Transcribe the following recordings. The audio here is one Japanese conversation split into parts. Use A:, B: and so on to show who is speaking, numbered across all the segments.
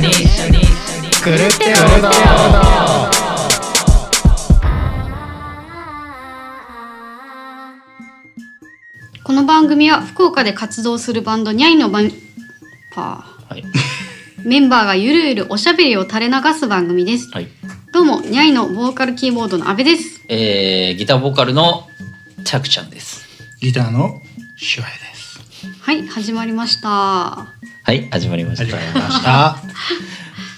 A: 狂ってるぞ
B: この番組は福岡で活動するバンドニャイのバンパ
A: はい
B: ーメンバーがゆるゆるおしゃべりを垂れ流す番組です
A: はい
B: どうもニャイのボーカルキーボードの阿部です
A: えー、ギターボーカルのチャクちゃんです
C: ギターのシュワイです。
B: はい始まりました
A: はい始まりまし
C: 始
A: た
C: まりました。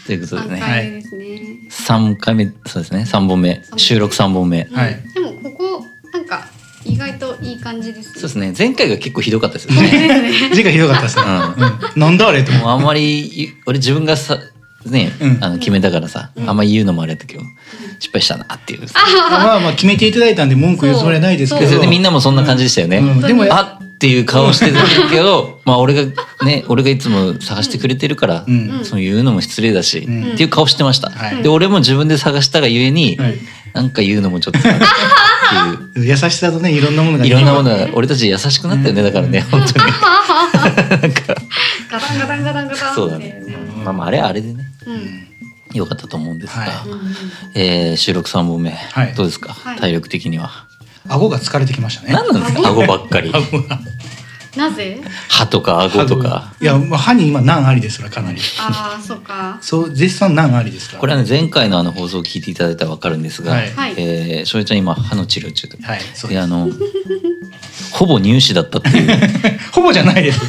A: ということで
B: 3
A: ね
B: 回目ですね、
A: 三回目そうですね三本目
B: 本目
A: 収録三本目
C: はいはい
B: うんでもここなんか意外といい感じですね
A: そうですね前回が結構ひどかったですよね
C: 字がひどかったです
A: う
C: ね。うん。なんだあれと
A: んもう
C: 思う。
A: あんまり俺自分がさね、
C: うん
A: あの決めたからさ、あんまり言うのもあれだけど失敗したなっていう
C: まあまあ決めていただいたんで文句言うつもりはないですけ
A: でそれ
C: ど。
A: でみんなもそんな感じでしたよね、
C: うんでも
A: あっていう顔してたけど、まあ俺がね、俺がいつも探してくれてるから、
C: うん
A: そういうのも失礼だし、
C: ん
A: っていう顔してました、
C: はい
A: で、俺も自分で探したがゆえに、
C: はい
A: なんか言うのもちょっ となっていう。
C: 優しさとねいろんなものが
A: いろんなものが、俺たち優しくなったよね、だからね、本当に。
B: ガタンガタンガタンガタン
A: そうだね
B: っていうね
A: まあまあ、あれはあれでね、
B: うん
A: 良かったと思うんですが、
C: は
A: えー収録3本目、
C: はい
A: どうですか、
B: はい
A: 体力的には。
C: 顎が疲れてきましたね。
A: 何なんですか顎ばっかり。
C: 顎が
B: なぜ
A: 歯とか顎とか。。
C: いやまあ歯に今難ありですからかなり。
B: ああそうか
C: そう絶賛難ありですから。
A: これ
C: は
A: はね前回のあの放送を聞いていただいたら分かるんですが、
C: はい
B: はい
A: えー、しょうちゃん今歯の治療中で,、
C: はいそう
A: で
C: で
A: あのほぼ乳歯だったっていう
C: す。 ほぼじゃないです。ほ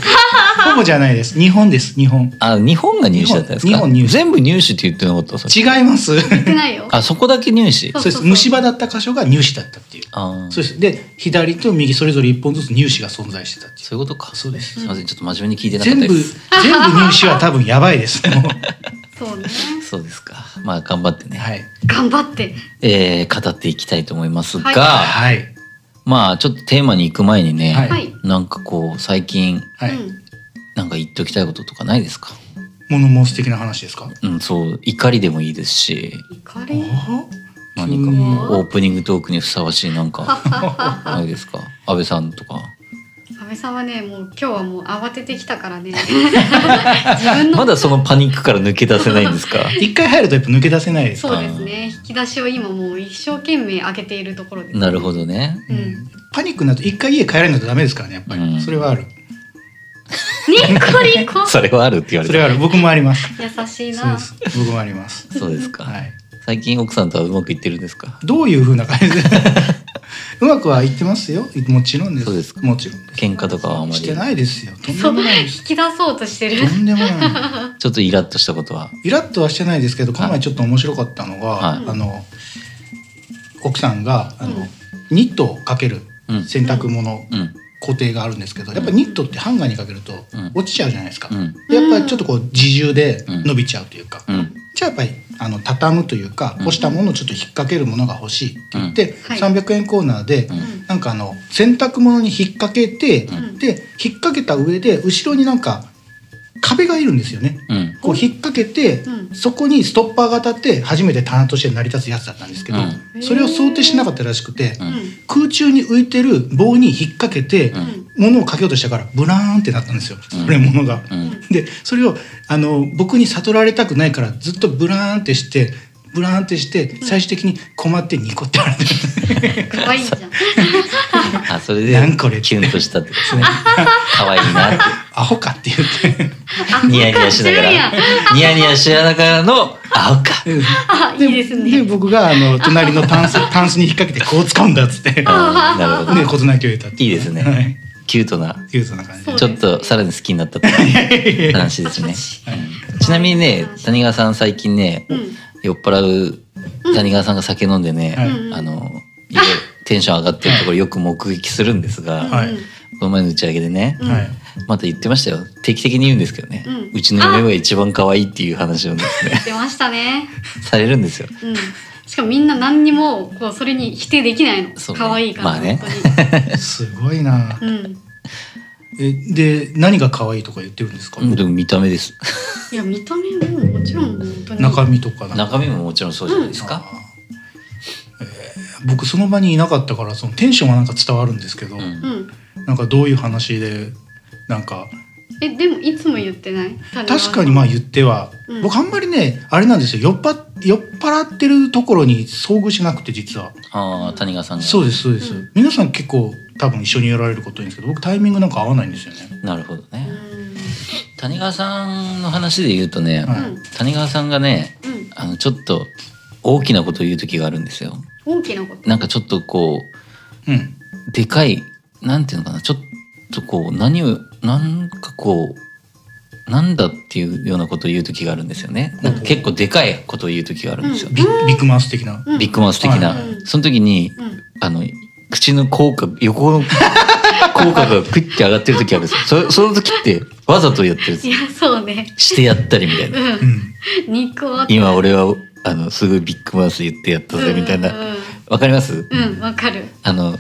C: ぼじゃないです。日本です日本。
A: あ日本が乳歯だったんですか
C: 日本日本乳歯
A: 全部乳歯って言ってなかったそれ
C: 違います。そう
B: 少ないよ
A: あそこだけ乳歯
C: です。虫歯だった箇所が乳歯だったっていう。
A: あー
C: そうです。で左と右それぞれ一本ずつ乳歯が存在してたっていう。
A: そういうことか
C: そうです
A: すいませんちょっと真面目に聞いてなかっ
C: 全
A: た
C: 部
A: で
C: 全部
A: す
C: 入試は多分やばい です。もう
B: そうね
A: そうですかまあ頑張ってね、
C: はい
B: 頑張って
A: えー語っていきたいと思いますが、
B: は
C: はい
A: まあちょっとテーマに行く前にね、
C: はい
B: はい
A: なんかこう最近
C: はい。
B: うん
A: なんか言っておきたいこととかないですか
C: 物申す的な話ですか。
A: うん、そう怒りでもいいですし
B: 怒り
A: 何かもうオープニングトークにふさわしいなんか ないですか安倍さんとか
B: 安倍さんはねもう今日はもう慌ててきたからね自分の
A: まだそのパニックから抜け出せないんですか
C: 一回入るとやっぱ抜け出せないです。
B: そうですね引き出しを今もう一生懸命開けているところです
A: なるほどね
B: うん
C: パニックになると一回家帰らないとダメですからねやっぱ
A: うん
C: り。それはある。
B: ニコニコ
A: それはあるって言われ
C: そ
A: て
C: れはある。僕もあります。
B: 優しい
C: そう
B: な
C: です。僕もあります。
A: そうですか、
C: はい。
A: 最近奥さんとはうまくいってるんですか
C: どういう風な感 じでうまくはいってますよ。もちろんです。
A: そうですか
C: もちろんです。
A: 喧嘩とかはあまり
C: して
A: ち
C: ないですよ。とんで
B: そう
C: もないで
B: 引
C: す。
B: き出そうとしてる
C: とんでもない。
A: ょっとイラッとしたことは
C: イラッとはしてないですけどこの前ちょっと面白かったのが、
A: はい
C: あの奥さんがあの、
B: うん
C: ニットをかける
A: うん
C: 洗濯物
A: うん
C: 工程があるんですけどやっぱニットってハンガーにかけると
A: うん
C: 落ちちゃうじゃないですか、
A: うん
C: でやっぱりちょっとこう自重で伸びちゃうというか、
A: うん
C: じゃあやっぱりあの畳むというか
A: うん
C: 干したものをちょっと引っ掛けるものが欲しいって言って、
B: はい
C: 300円コーナーで、
A: ん
C: なんかあの洗濯物に引っ掛けて、
B: ん
C: で引っ掛けた上で後ろになんか壁がいるんですよね。
A: うん
C: こう引っ掛けて、
B: うん
C: そこにストッパーが立って初めて棚として成り立つやつだったんですけど、
A: う
C: それを想定しなかったらしくて、
B: うん
C: 空中に浮いてる棒に引っ掛けて、
B: ん
C: 物をかけようとしたからブラーンってなったんですよ、
A: ん
C: それ物が。
A: うん
C: でそれをあの僕に悟られたくないからずっとブラーンってしてブラーンってして最終的に困ってニコって笑って
B: 可愛いじゃん
A: あそれで
C: なんこれ
A: キュンとしたってですね 可愛いなって
C: アホかって言って。
A: ニヤニヤしながらニヤニヤしながらの青か
B: あいいですね
C: 僕があの隣のタンスタンスに引っ掛けてこう掴んだっつ って。
A: うんなるほど
C: ね、ことなきを言ったって
A: いいですね
C: はい。
A: キュートな
C: いうそんな感じで
B: そう。
A: ちょっとさらに好きになったっていう話ですね。ちなみにね、谷川さん最近ね、
B: うん
A: 酔っ払う谷川さんが酒飲んでね、
C: はい
A: あの、いろいろテンション上がってるところよく目撃するんですが、
C: はい
A: この前の打ち上げでね、
B: うん
C: はい。
A: また言ってましたよ。定期的に言うんですけどね、
B: う
A: うんちの嫁が一番可愛いっていう話をですね、
B: 出ましたね
A: されるんですよ。
B: うんしかもみんな何にもこうそれに否定できないの
A: そうね
B: 可愛いから
A: まあね
B: 本当
C: すごいな。
B: にうん
C: え、で、何が可愛いとか言ってるんですか。
A: うんでも見た目です。
B: いや見た目ももちろん本当に
C: 中身とかなんか。
A: 中身ももちろんそうじゃないですか。
C: 僕その場にいなかったから、そのテンションはなんか伝わるんですけど、
A: うん
B: うん
C: なんかどういう話で。なんか。
B: えでもいつも言ってない
C: 確かにまあ言っては、
B: うん
C: 僕あんまりねあれなんですよ酔っぱ酔っ払ってるところに遭遇しなくて実は
A: ああ、谷川さんが。
C: そうですそうです、
B: うん
C: 皆さん結構多分一緒にやられること多いんですけど僕タイミングなんか合わないんですよね
A: なるほど
B: う
A: ね。
B: ん
A: 谷川さんの話で言うとね、
C: は
B: う
C: い
B: ん
A: 谷川さんがね、
B: うん
A: あの、ちょっと大きなことを言う時があるんですよ。
B: 大きなこと
A: なんかちょっとこう、
C: うん
A: でかい、なんていうのかな、ちょっとこう、何を、なんかこう、なんだっていうようなことを言う時があるんですよね。なんか結構でかいことを言う時があるんですよ。
B: うん
C: ビッビッグマウス的な、
B: うん
A: ビッグマウス的な。
B: うん
A: その時に、
B: うん
A: あの、口の口角、横の口角がクイッて上がってる時あるんですよ。そその時って、わざとやってるんです
B: い
A: よ
B: やそうね
A: してやったりみたいうな。
C: うんん、
B: 肉を
A: 今俺は、あの、すごいビッグマウス言ってやったぜ、みたい
B: うん
A: な。わかります
B: うんうんわかる
A: あの、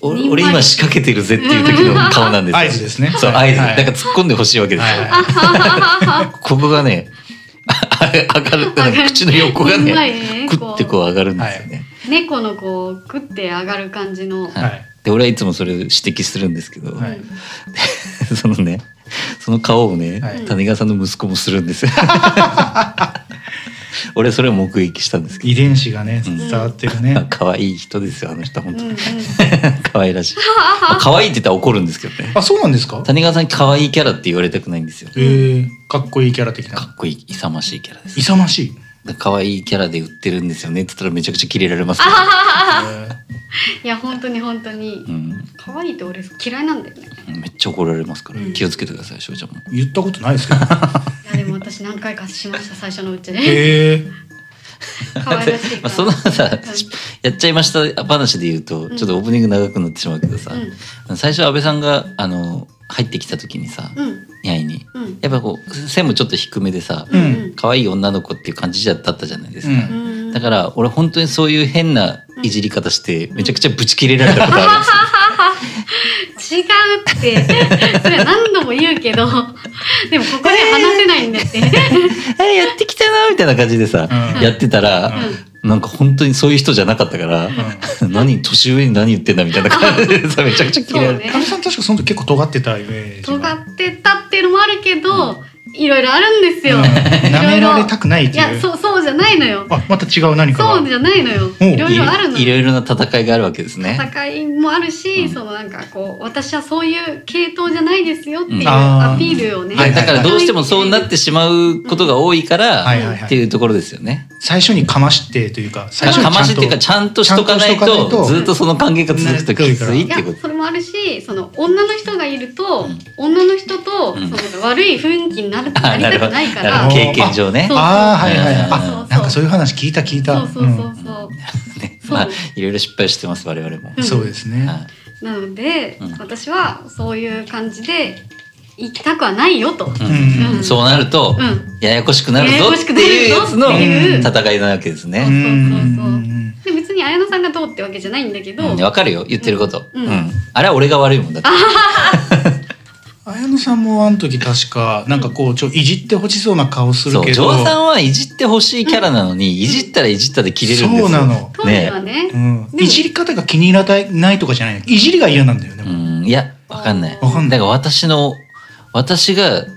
A: お
B: にんま
A: 俺
B: り
A: 今仕掛けてるぜっていう時の顔なんですよ。
C: 合図ですね
A: そう、合
C: はい
A: 図。
C: はい
A: なんか突っ込んでほしいわけですよ。
C: は
A: ここがね、あ上がる、なんか口の横が
B: にんま
A: ね、
B: りね
A: クッてこう上がるんですよね。
B: 猫のこう食って上がる感じの、
A: はい
C: はい
A: で、俺はいつもそれ指摘するんですけど、
C: はい
A: そのね、その顔をね、
C: はい
A: 谷川さんの息子もするんで すよ。俺それを目撃したんですけ
C: 遺伝子がね
A: うん
C: 伝わってるね、
A: ど、可愛い人ですよ、あの人、
B: う
A: 本
B: ん
A: 当
B: うん、
A: 可愛らしい。まあ可愛いって言ったら怒るんですけどね。
C: あそうなんですか
A: 谷川さんに可愛いキャラって言われたくないんですよ。
C: えー、かっこいいキャラ的
A: か
C: な
A: っこいい、勇ましいキャラです。
C: 勇ましい、
A: 可愛いキャラで売ってるんですよねって言ったらめちゃくちゃキレられますけど、
B: いや本当に本当に
A: うん。
B: 可愛いって俺嫌いなんだよね
A: めっちゃ怒られますから
B: うん
A: 気をつけてください、翔ちゃんも。
C: えー言ったことないですけど
B: いやでも私何回かしました最初のうちで
C: えー、
B: 可愛らしい
A: まあ
B: から
A: そのさ、
B: ん
A: やっちゃいました話で言うと、
B: うん
A: ちょっとオープニング長くなってしまうけどさ、
B: うん
A: 最初安倍さんがあの入ってきた時にさ、
B: うん
A: ニャイに
B: うん
A: やっぱこう背もちょっと低めでさ、
C: うん
A: 可愛い女の子っていう感じだったじゃないです
C: う
A: か、
C: ん
B: うん
A: だから俺本当にそういう変ないじり方してめちゃくちゃブチ切れられたことあるんですよ、
B: 違うってそれは何度も言うけどでもここで話せないんだって
A: えやってきたなみたいな感じでさ、
C: うん
A: やってたら、なんか本当にそういう人じゃなかったから、何年上に何言ってんだみたいな感じでさめちゃくちゃ切
B: そ
A: れら
B: う
A: れて、
B: ね
C: かみさん確かその時結構尖ってたイメージが
B: 尖ってたっていうのもあるけどいろいろあるんですよ
C: うん舐められたくないっ
B: い
C: ていう
B: やそうそうじゃないのよ
C: あまた違う何かが
B: そうじゃないのよ
C: おう
B: いろいろあるの
A: いろいろな戦いがあるわけですね。
B: 戦いもあるし、
A: うん
B: そのなんかこう私はそういう系統じゃないですよっていううんアピールをね、
C: あーはい
A: だからどうしてもそうなってしまうことが多いから、
C: はいはいはい
A: っていうところですよね。
C: 最初にかましてというか最初に
A: かましっていうかちゃんとしとかない
C: ちゃんとしと
A: と
C: かないと
A: ずっとその関係が続くときついっ
B: い
A: て
B: や
A: いうこと。
B: それもあるしその女の人がいる
A: う
B: と、
A: ん
B: 女の人と、
A: うん
B: そのなんか悪い雰囲気になるな
A: あ
B: り
A: な
B: た
A: るほ
B: く
A: ど。
B: ないか
A: な
B: ら
A: るほど経験上ね
B: そ。う
C: ああはいはいはい
A: うん
C: あなんかそういう話聞いた聞いた
B: そうそうそうそう、
A: ね
B: そう
A: まあいろいろ失敗してます我々も。
C: うんそうですね、
A: はい
B: なので、
A: うん
B: 私はそういう感じで行きたくはないよと、うん
A: うん
B: うん
A: そうなると、
B: うん
A: ややこしくなるぞっていうやつの
B: や
C: やこしくなるぞっていう
A: 戦いなわけです
C: う
A: ね。
C: ん
B: そうそうそうで別に綾乃さんがどうってわけじゃないんだけど、
A: うんわ、かるよ言ってること、
B: うん
A: あれは俺が悪いもんだって。
C: 綾乃さんもあの時確かなんかこうちょいじってほしそうな顔する
A: そう
C: け
A: ジ
C: ど
A: ョーさんはいじってほしいキャラなのに、いじったらいじったで切れるんですよ。
C: そうなの
B: 当時はね
C: うん
B: でも
C: いじり方が気に入らないとかじゃないいじりが嫌なんだよね
A: う、ん、いや、わかんない。
C: わかんない
A: だから私の、私が
C: うん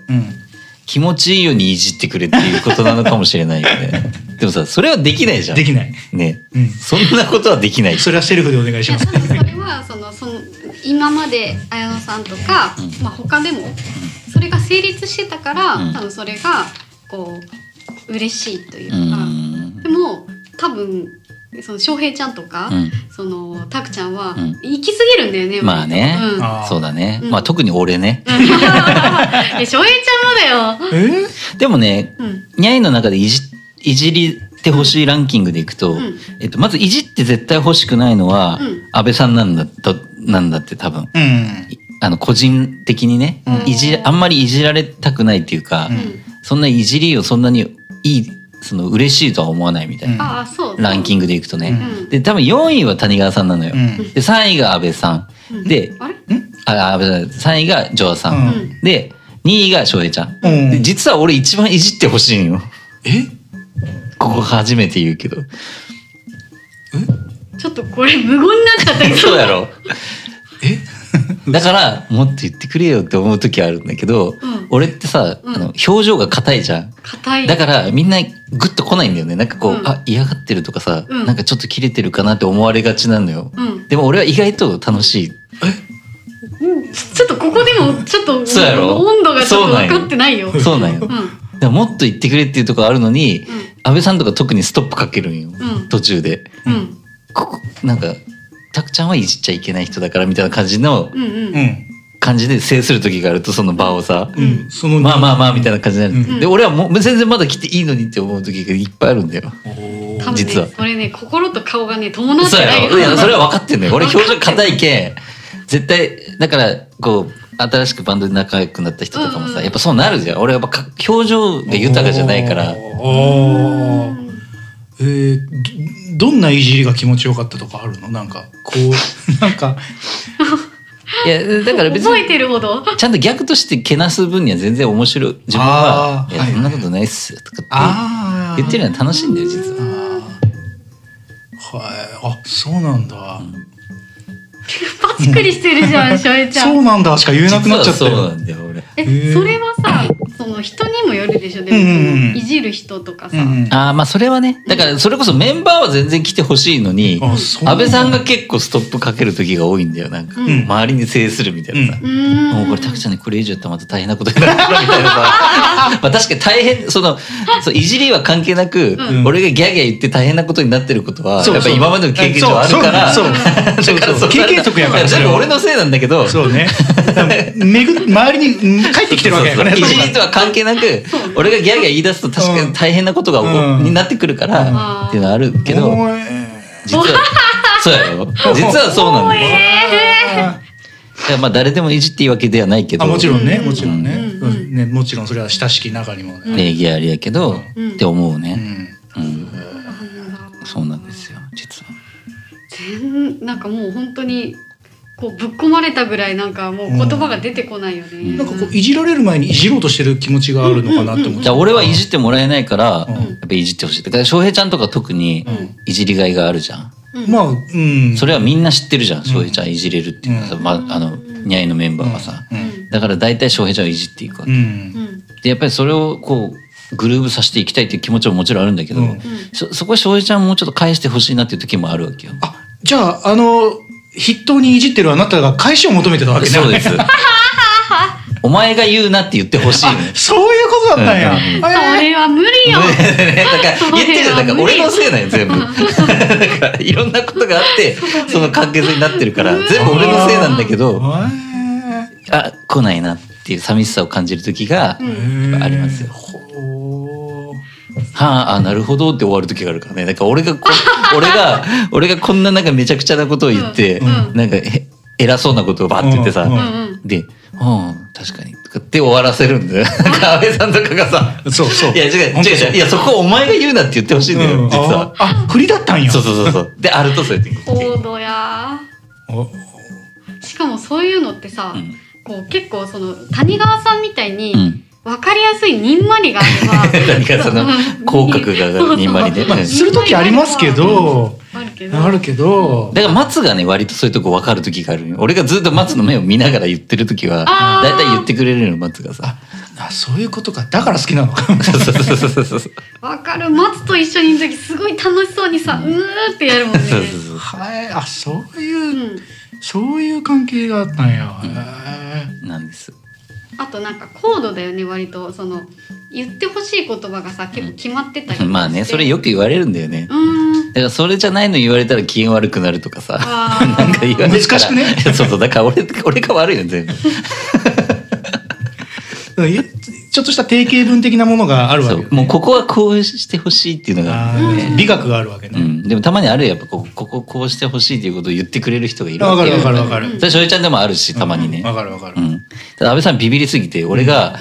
A: 気持ちいいようにいじってくれっていうことなのかもしれないよ ね。でもさ、それはできないじゃん。
C: できない、
A: ね。
C: うん、
A: そんなことはできない。
C: それはセルフでお願い
B: い
C: し
B: や
C: ます
B: 多分それはそのその今まで綾乃さんとか、
A: うん
B: まあ、他でもそれが成立してたから、
A: うん
B: 多分それがこう嬉しいという
A: う
B: か、
A: ん
B: で。も多分その翔平ちゃんとか、
A: うん
B: そのたくちゃんは、
A: うん
B: 行き過ぎるんだよね
A: まあね
B: 割とうん
C: あー
A: そうだね。
B: うん
A: まあ特に俺ね。
B: い や翔平ちゃんもだよ、
C: えー、
A: でもね、
B: うん
A: ニャイの中でいじ、いじりてほしいランキングでいくと、
B: うん
A: えっと、まずいじって絶対欲しくないのは、
B: うん
A: 安倍さんなんだと、なんだって多分。
C: うん
A: いあの、個人的にね、
B: うん
A: いじ、あんまりいじられたくないっていうか、
C: うん
B: うん
A: そんないじりをそんなにいい、その嬉しいとは思わないみたいな、
B: ああそう
A: ランキン
B: グ、
A: グでいくとね。
B: うん
A: で、多分4位は谷川さんなのよ。
C: うん
A: で、3位が安倍さ
B: う
A: ん。
B: ん
A: で、
B: あれ、
A: あ、安倍さん、3位がジョアさ。
C: うんん
B: うん
A: で、2位が翔平ちゃん。
C: うん
A: で、実は俺一番いじってほしいのよ。
C: え
A: ここ初めて言 うけど。
B: ちょっとこれ無言になっちゃったけど
A: そうやろ
C: え
A: だからもっと言ってくれよって思う時あるんだけど
B: うん
A: 俺ってさ、
B: うん
A: あの表情が硬いじゃん
B: 硬い
A: だからみんなグッと来ないんだよねなんかこう、
B: うん
A: あ嫌がってるとかさ、
B: うん
A: なんかちょっと切れてるかなって思われがちなのよ
B: うん
A: でも俺は意外と楽しい
B: ちょっとここでもちょっと
A: そうやろ
B: 温度がちょっ
A: そう
B: と
A: なん
B: 分
A: よ
B: かってないようん
A: そうなんよ
B: うん
A: でももっと言ってくれっていうところあるのに
B: う
A: 安倍さんとか特にストップかけるんよ、
B: ん
A: 途中で
B: うん
A: ここなんか「たくちゃんはいじっちゃいけない人だから」みたいな感じの
B: うんうん
C: うん
A: 感じで制する時があるとその場をさ
C: う
B: うん
C: んその
A: まあまあまあみたいな感じになる、
B: うん
A: で俺はもう全然まだ来ていいのにって思う時がいっぱいあるんだよ
C: お
B: 多分
C: ー
B: ね
A: 実は
B: これね心と顔がね伴って
A: そう
B: な
A: や
B: い
A: ろいやそれは分かってんのよ俺
B: 分か
A: 表
B: ってる
A: 情硬いけん絶対だからこう新しくバンドで仲良くなった人とかも
B: うん
A: さ、
B: うん
A: やっぱそうなるじゃん俺やっぱか表情が豊かじゃないから
C: おーえーどどんないじりが気持ちよかったとかあるのなんかこう なんか
A: いやだから別
B: 覚え
A: に
B: てるほど
A: ちゃんと逆としてけなす分には全然面白い自分は
C: あ
A: 「
C: ー
A: いや
C: はい
A: そんなことないっす」とかって
C: ああ
A: 言ってるのは楽しいんだよ実は。
C: はいあそうなんだ、
B: パチクリしてるじゃんしょえちゃ
C: そ
B: ん
C: うなんだしか言えなくなっちゃった
A: 実はそう
C: よ
A: なんだよ俺。
B: えそれはさその人にもよるでしょでも
C: うん
B: そ
C: うんうん
B: のいじる人とかさ
C: うんうん
A: ああまあそれはねだからそれこそメンバーは全然来てほしいのに
C: あそう
A: 安倍さんが結構ストップかける時が多いんだよなんか、
B: うん
A: 周りに制するみたいなさ。
C: うん
B: うん
A: もうこれタクちゃんにこれ以上やったらまた大変なことになるからみたいなさまあ確かに大変そのそういじりは関係なく、
B: うん
A: 俺がギャーギャー言って大変なことになってることは
C: そう
A: やっぱ
C: そう
A: 今までの経験上あるから
C: そうそうそうそう経験則やから
A: だ
C: そ
A: 全
C: れ
A: 部
C: は
A: 俺のせいなんだけど
C: そうねめぐ周りにうん帰ってきてるわけやからね
A: そうそう
C: そこが
A: いじりとは関係なく俺がギャーギャー言い出すと確かに大変なことが起こ、
C: うん
A: になってくるか
C: うん
A: ら、っていうのはあるけど、
C: おー
A: 実 はそうやろ実はそうなんだよいやまあ誰でもいじっていいわけではないけど
C: あもちろんね
B: うん
C: もちろんね,、
B: うんうん
C: ねもちろんそれは親しき中にもね、
A: 礼儀ありやけど、
B: うん
A: って思う
C: う
A: ね、
C: ん
A: うん
B: うん
A: そうなんですよ実は
B: 全なんかもう本当にこうぶっ込まれたぐらいなんかもう言葉が出てこないよね、
A: うん
C: なんかこういじられる前にいじろうとしてる気持ちがあるのかなって思っ
A: じ
C: て、
A: ゃあ俺はいじってもらえないから、
C: うん
A: やっぱいじってほしいだから翔平ちゃんとか特に
C: うん
A: いじりがいがあるじゃん、
B: うん
C: まあうん
A: それはみんな知ってるじゃん翔平ちゃんいじれるっていうのはさ、
C: うん
A: まあ、あのニャイのメンバーがさ、
C: う
B: うんん
A: だから大体翔平ちゃんをいじっていく
C: う
A: わけ、
C: ん
B: うん
A: でやっぱりそれをこうグルーブさせていきたいっていう気持ちももちろんあるんだけど、
C: うん
B: う
A: そそこは翔平ちゃんもうちょっと返してほしいなっていう時もあるわけよ
C: あじゃああの筆頭にいじってるあなたが返しを求めてたわけね
A: そう ですお前が言うなって言ってほしいのよ
C: そういうことだったんや、
A: うん
B: ん、そ
C: え
B: れは無理よ
A: だから言ってるじゃんだから俺のせいなんよ全部だからいろんなことがあってその関係性になってるから全部俺のせいなんだけ
C: ー
A: ど
C: へ
A: あ来ないなっていう寂しさを感じる時が、
B: うん
C: ー
A: ありますよ
C: ほー
A: はああなるほどって終わる時があるからねだから俺がこ 俺が俺がこんななんかめちゃくちゃなことを言って、
B: うんうん
A: なんかえ偉そうなことをバーって言ってさ、
C: うん
B: うんうん
A: で「うん確かに」とかって終わらせるんだよなんか安倍さんとかがさ
C: そうそう
A: いや違う
C: 本当
A: 違う違ういやそこお前が言うなって言ってほしいんだよ、
C: うん
A: 実は。
C: ああ振りだったんや
A: そうそうそうそう。であるとそうやって言って
B: 高度や
C: お
B: しかもそういうのってさ、
A: うん
B: こう結構その谷川さんみたいに
A: うん
B: 分かりやすいにんまりがあ れば
A: 何か その口角がにんまりね。
B: そうそう
A: うん
C: する時ありますけど、
B: あるけど
C: あるけど、
A: だから松がね割とそういうとこ分かる時があるよ俺がずっと松の目を見ながら言ってる時は
B: あー
A: 大体言ってくれるの松がさ
C: あそういうことかだから好きなのか
A: そうそうそうそうそうそう
B: わかる松と一緒にいる時すごい楽しそうにさうーってやるもんね
A: そうそう
C: はいあそういう、
B: うん
C: そういう関係があったんや、へー
A: なんです
B: あとなんか高度だよね割とその言ってほしい言葉がさ結構決まってたりとかして
A: まあねそれよく言われるんだよね
B: うーん
A: だからそれじゃないの言われたら機嫌悪くなるとかさ
B: あー
A: なんか言われたら
C: 難しくね
A: そうそうだから俺俺が悪いの全部
C: ちょっとした定型文的なものがあるわ
A: そ
C: けよね、
A: うもうここはこうしてほしいっていうのが
C: あ
A: あるんだよ
C: ー
A: ね
C: 美学があるわけ
A: う
C: ね。
A: ん、でもたまにあるよやっぱこうこここうしてほしいっていうことを言ってくれる人がいる
C: わ、かる
A: よ
C: わかるわかる。
B: う
C: わ
B: ん、
A: それしょえちゃんでもあるし、たまにね。
C: かるわかる
A: う。ん。ただ安倍さんビビりすぎて、俺が、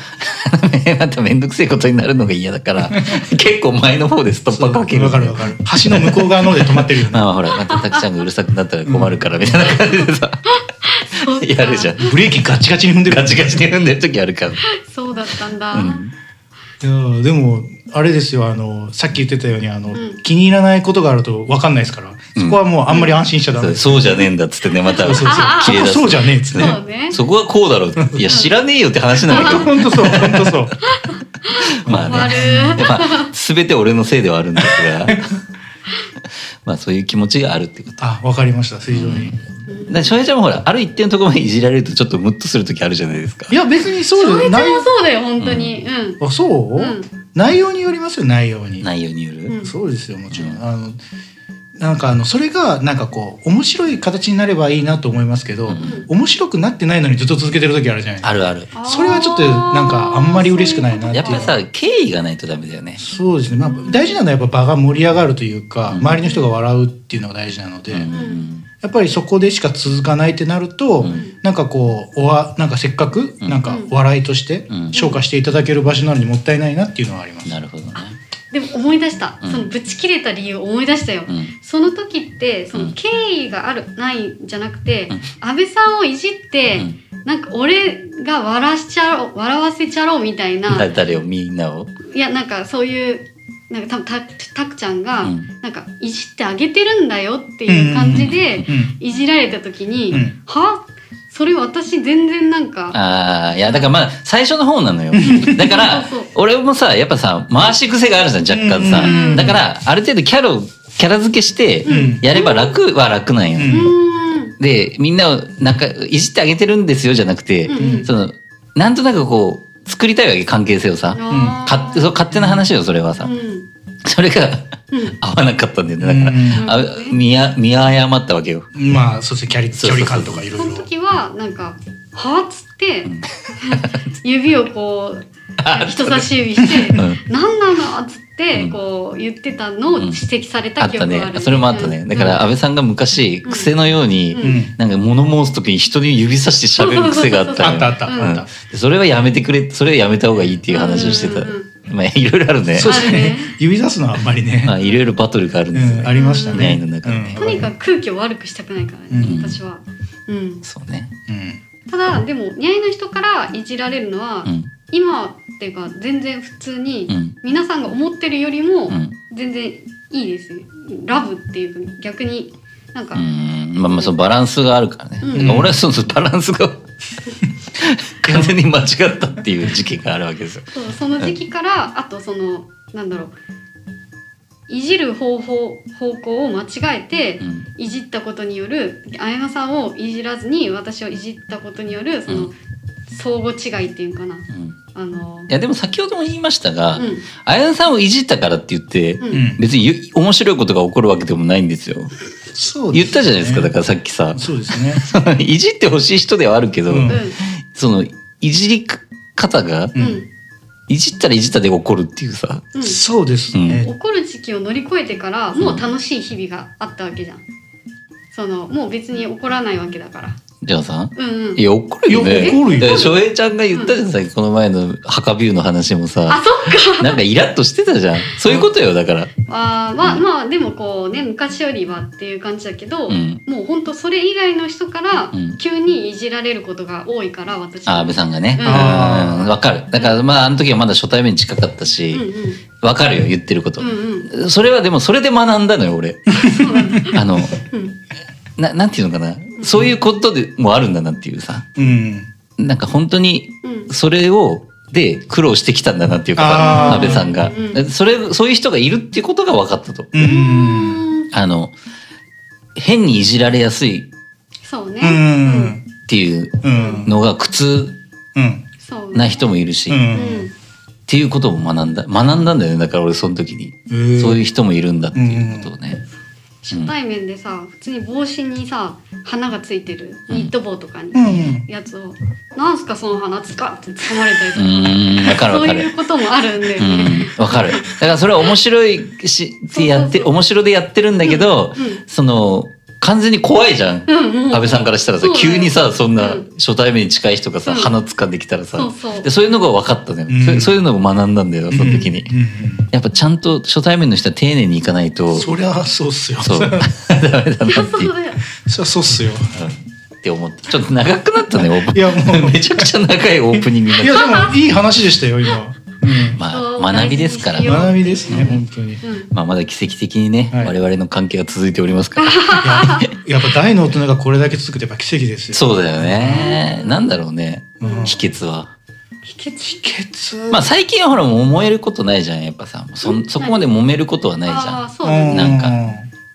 A: まためんどくせえことになるのが嫌だから、結構前の方でストッパーかける。
C: わかるわかる。橋の向こう側ので止まってるよね。
A: まあほら、またたくちゃんがうるさくなったら困るから、みたいな感じでさ、
B: そうか
A: やるじゃん。
C: ブレーキガチガチに踏んでる。
A: ガチガチに踏んでる時あるか
B: そうだったんだ、
A: ら。うん。
C: いやーでもあれですよあのさっき言ってたようにあの、
B: うん
C: 気に入らないことがあると分かんないですからそこはもうあんまり安心しちゃダメ
A: そう
C: です、
A: そうじゃねえんだっつってねまた
C: そうそうそう
B: ああ
A: 切れ出す
C: そうじゃねえっつって
B: そう
C: ね
B: ね。
A: そこはこうだろういや知らねえよって話なんだけ
C: 本当そう本当そう
A: どまあね
B: 困る。
A: まあ、全て俺のせいではあるんです がまあそういう気持ちがあるってこと
C: あわかりました非常に、い
A: だ翔平ちゃんもほらある一定のところまでいじられるとちょっとムッとする時あるじゃないですか
C: や別に
B: 翔
C: そうじゃ
B: 平ち
C: ない
B: ゃんもそうだよ、本当に。うん。
C: あそう、
B: うん
C: 内容によりますよ内容に
A: 内容による、
B: うん
C: そうですよもちろん、
A: うん
C: あのなんかあのそれがなんかこう面白い形になればいいなと思いますけど、
A: うん
C: 面白くなってないのにずっと続けてる時あるじゃないです
A: あるある
C: それはちょっとなんかあんまり嬉しくないなってい
A: や
C: う
A: っぱさ敬意がないとダメだよね、
C: かそうですね、まあ、大事なのはやっぱ場が盛り上がるというか、
A: うん
C: 周りの人が笑うっていうのが大事なので、
A: うん
C: やっぱりそこでしか続かないってなると、
A: うん
C: なんかこうおわなんかせっかく
A: うん
C: なんか笑いとして
A: うん
C: 消化していただける場所なのにもったいないなっていうのはあります。
A: なるほどね、
B: でも思い出した。
A: うん
B: そのぶち切れた理由思い出したよ。
A: うん、
B: その時ってそうの
A: ん
B: 敬意がある、ないんじゃなくて、
A: うん
B: 安倍さんをいじって、なんか俺が笑わしちゃろう笑わせちゃろうみたい
A: うん、
B: な
A: だ誰をみんなを、
B: いやなんかそういうなんかたたたくちゃんが、
A: うん
B: なんかいじってあげてるんだよっていう感じで
C: うん
B: いじられた時に「
C: うん
B: はそれ私全然なんか
A: ああいやだからまあ最初の方なのよだから
B: そうそう
A: 俺もさやっぱさ回し癖があるじゃん若干さ、
C: うん
A: だからある程度キャラをキャラ付けして
C: うん
A: やれば楽は楽なんよ、
C: う
B: うー
C: ん
B: ん
A: でみんなをなんかいじってあげてるんですよじゃなくて、
B: うんうん
A: そのなんとなくこう作りたいわけ関係性をさ
B: あー
A: かそう勝手な話よそれはさ、
B: うん
A: それが
B: うん
A: 合わなかったんだよねだから、
B: ん
A: あ見や見誤ったわけよ。
C: うんまあそうですねキャリ距
A: そうそうそう
C: 離感とかいろ
B: そ
C: い
B: の
C: ろ。
B: 時はなんか「はっ?」つって、 指をこう人差し指して
A: うん
B: 「何なの?」っつって
A: うん
B: こう言ってたのを指摘され
A: あ
B: た
A: っ
B: 記憶
A: た
B: がある、
A: ねそれもあったねだから安倍さんが昔
B: うん
A: 癖のように、
B: うん
C: うん
A: なんか物申す時に人に指さして喋る癖があったの
C: あ
A: よ
C: ったあった
B: うん
C: あった。
A: でそれはやめてくれそれはやめた方がいいっていう話をしてた、
B: うんうん
A: まあいろいろあるね
C: そうです
B: あるね
C: ね。指さすのはあんまりね。
A: まあいろいろバトルがあるんですよ、
C: うんありましたね。
A: 恋愛の中でね
B: とにかく空気を悪くしたくないからね、
C: うん
B: 私は、うん、
A: そうね
C: うん。
B: ただでもニャイの人からいじられるのは、
A: うん
B: 今っていうか全然普通に、
A: うん
B: 皆さんが思ってるよりも
A: うん
B: 全然いいですよラブっていうか逆になんか、
A: うんまあまあそのバランスがあるからね、
B: う
A: だ
B: ん
A: から俺はそのバランスが 完全に間違ったっていう事件があるわけですよ。
B: そうその時期からあとそのなんだろういじる方法方向を間違えて、
A: うん
B: いじったことによる綾山さんをいじらずに私をいじったことによるその、
A: う
B: 相互違いっていうかな
A: うん
B: あの
A: いやでも先ほども言いましたが、
B: うん
A: あやさんをいじったからって言って、
B: うん
C: うん。
A: 別にゆ面白いことが起こるわけでもないんですよ。
C: そう
A: 言ったじゃないですかだ
C: ら。
A: からさっきさ
C: そうですね。
A: いじってほしい人ではあるけど、
C: うん
B: う
A: そのいじり方が、
C: うんん
A: いじったらいじったで怒るっていうさ。
B: うん
C: そうですね。
B: 怒る時期を乗り越えてからもう楽しい日々があったわけじゃんそのもう別に怒らないわけだから
A: じゃあさん
B: うんうん
A: いや怒るよね。
C: いや怒るよ
A: だから翔平ちゃんが言ったじゃん、さっきこの前のハカビューの話もさ。
B: あそっか
A: なんかイラッとしてたじゃん。そういうことよ、だから。
B: あーまあまあでもこうね昔よりはっていう感じだけど、
A: うん
B: もうほんとそれ以外の人から
A: うん
B: 急にいじられることが多いから私
A: あ安倍さんがね。
B: う
A: うんんわかる。だからまああの時はまだ初対面に近かった
B: う
A: し、
B: ん
A: わかるよ、言ってること
B: うんう。んうん
A: それはでもそれで学んだのよ、俺。
B: そうなんだ
A: あの、
B: うん
A: ななんていうのかな。そういうことでもあるんだなっていうさ。
C: うん。
A: なんか本当に
B: うん
A: それを、で苦労してきたんだなっていう
C: あー
A: か安倍さんが、
B: うん
A: でそれそういう人がいるっていうことが分かったと、
C: うん。
A: あの変にいじられやすい
B: そうね。
C: う。ん。
A: っていう
C: うん。
A: のが苦痛
C: うん。
B: そうね。
A: な人もいるし、
C: う。
B: うんん。
A: っていうことも学んだ学んだんだよねだから俺その時に、そういう
C: う。
A: 人もいるんだっていうことをね、
B: 初対面でさ、普通に帽子にさ、花がついてるニット帽とかに
C: う。ん。
B: やつを、なんすかその花つかって掴まれたりと
A: うーん分か
B: か。
A: る
B: そ
A: 分
B: う
A: か
B: い
A: る
B: うこともあるんで。
A: う
B: うん
A: ん分かるだからそれは面白いしってやって
B: そうそう
A: 面白でやってるんだけど、その完全に怖いじゃん、
B: うんうん。
A: 安倍さんからしたらさ
B: そうだよ
A: 急にさそんな
B: うん
A: 初対面に近い人がさ、
B: うん
A: 鼻掴んできたらさ
B: そうそう
A: でそういうのが分かったのよ、
C: うん
A: そそういうのを学んだんだよその時に、
C: う
A: やっぱちゃんと初対面の人は丁寧に行かないと
C: ん。そりゃそうっすよ。
A: そう
C: そ
A: ダ
C: り
A: メ
C: ゃ
A: だなって
B: い
A: い
B: や
A: う
B: そうだよ。
C: そうっすよ。
A: って思った。ちょっと長くなったね、オープ
C: いやも
A: ニング。
C: う
A: めちゃくちゃ長いオープニングに
C: い
A: なっ
C: やでもいい話でしたよ今。うん
A: ま
B: そう
A: あ学びですから
B: 大事にしよう
C: 学びですね本当に。い
B: うん
A: まあまだ奇跡的にね、
C: はい
A: 我々の関係が続いておりますから
C: ややっぱ大の大人がこれだけ続くってやっぱ奇跡ですよ。
A: そうだよねなんだろうね
C: うん
A: 秘訣は
B: 秘訣
C: 秘訣。
A: まあ最近はほらもう揉えることないじゃんやっぱさそんそこまで揉めることはないじ
B: あ
A: ゃ
B: あ
A: ん
B: そうだね
A: なんか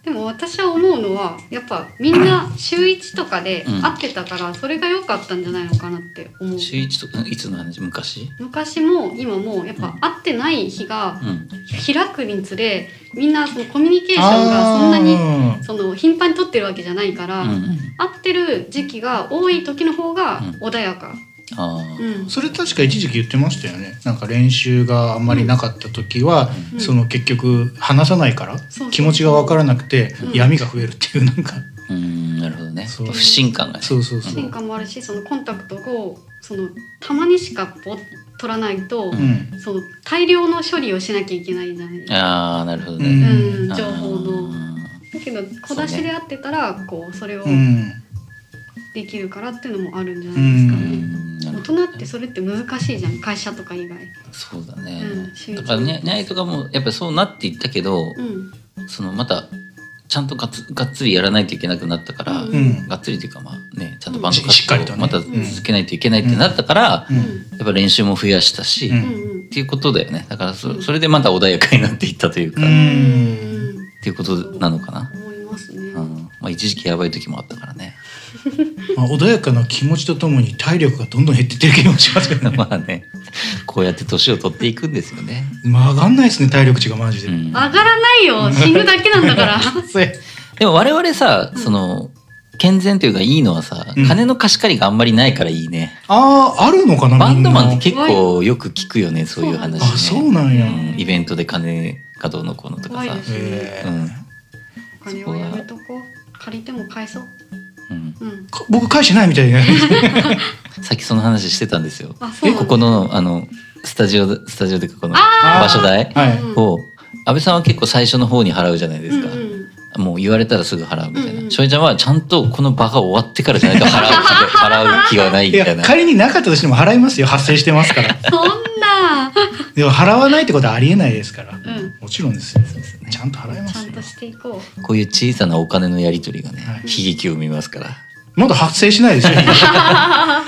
B: でも私は思うのはやっぱみんな週一とかで
A: うん
B: 会ってたからそれが良かったんじゃないのかなって思う
A: 週一とかいつの話昔
B: 昔も今もやっぱ会ってない日が
A: うん
B: 開くにつれみんなそのコミュニケーションがそんなに
C: に
B: その頻繁に取ってるわけじゃないから、
A: うんうん
B: 会ってる時期が多い時の方が
A: うん
B: 穏やか、
A: あ
B: う
A: ー
B: ん
C: それ確か一時期言ってましたよねなんか練習があんまりなかった時は、
B: うん
C: その結局話さないから
B: そうそう
C: 気持ちが分からなくて
B: うん
C: 闇が増えるっていうなんか、
A: うんなるほどね
C: そう
A: 不信感がね
C: そうそうそう、
B: 進化もあるしそのコンタクトをそのたまにしかぼ取らない
A: う
B: と、
C: うん
B: その大量の処理をしなきゃいけないじゃないですか
A: ああなるほどね、
B: うん、
A: あー
B: 情報の。だけど小出しであってたらこうそれを
C: うん
B: できるからっていうのもあるんじゃないですか
A: う
B: ね。
A: んなる
B: 大
A: ほど
B: 人ってそれって難しいじゃん会社とか以外。
A: そうだね、
B: うん集中
A: だからねニャイとかもやっぱりそうなっていったけど、
B: うん
A: そのまたちゃんとがっつがっつりやらないといけなくなったから、
B: うん
C: うん
A: がっつりというかまあねちゃんとバンド
C: ししっかり
A: 活
C: と
A: 動
C: ね
A: をまた続けないといけないってなったから、
C: うん
A: やっぱ練習も増やしたし、
C: うん
B: うん
A: っていうことだよねだから
B: う
A: そ
B: ん
A: それでまた穏やかになっていったというか、
C: う
A: っ
B: うん
A: ていうことなのかな、
B: 思いますね。
A: うんまあ、一時期やばい時もあったからね
C: まあ、穏やかな気持ちとともに体力がどんどん減ってってる気もしますけどね
A: まあねこうやって年を取っていくんですよね、
C: 曲がんないですね体力値がマジで、
A: うん、
B: 上がらないよ死ぬだけなんだ から。
A: でも我々さ、
B: うん
A: その健全というかいいのはさ、
C: うん
A: 金の貸し借りがあんまりないからいいね、
C: あああるのかな
A: バンドマン
C: みん
A: っ
C: な
A: て結構よく聞くよねそういう話ね
C: あそうなんや、
B: う
A: うんイベントで金がどうのこうのとか
B: 怖い
A: さ
B: で、すね。
C: え
A: う
C: ー
A: ん
B: お金はやめとこう。借りても返そう。
A: うん、
B: うん。
C: か僕返してないみたいな
A: さっきその話してたんですよ
B: あそうなんだ
A: ここのあのスタジオスタジオでここの
B: あ
C: ー
A: 場所代
C: は
B: う
C: い、
B: ん
A: を安倍さんは結構最初の方に払うじゃないですか、
B: うんうん
A: もう言われたらすぐ払うみたい
B: うんう
A: なん翔平、ちゃんはちゃんとこの場が終わってからじゃないと 払う払う気がない
C: い
A: みたい
C: や
A: な
C: 仮になかったとしても払いますよ発生してますから
B: そんな。
C: でも払わないってことはありえないですから、
B: ん
C: もちろんですよ
A: そうですね
C: ちゃんと払いま
B: ちゃ
C: す
B: ん
C: よ
B: としていこ。
A: こういう小さなお金のやり取りがね、
C: はい
A: 悲劇を生みますから。
C: まだ発生しない ですよ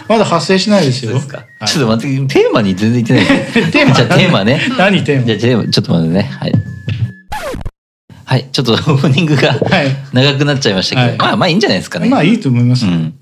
C: まだ発生しないです
A: そう
C: よ
A: ですか。
C: はい
A: ちょっと待って、テーマに全然いってない。
C: テーマ
A: じゃあテーマね。
C: 何テ
A: じ
C: ー
A: ゃあテーマ、ちょっと待ってね。はい。はい、ちょっとオ ープニングが
C: マはい
A: 長くなっちゃいましたけど、
C: はい
A: まあまあいいんじゃないですかね。
C: まあいいと思います、
A: うん。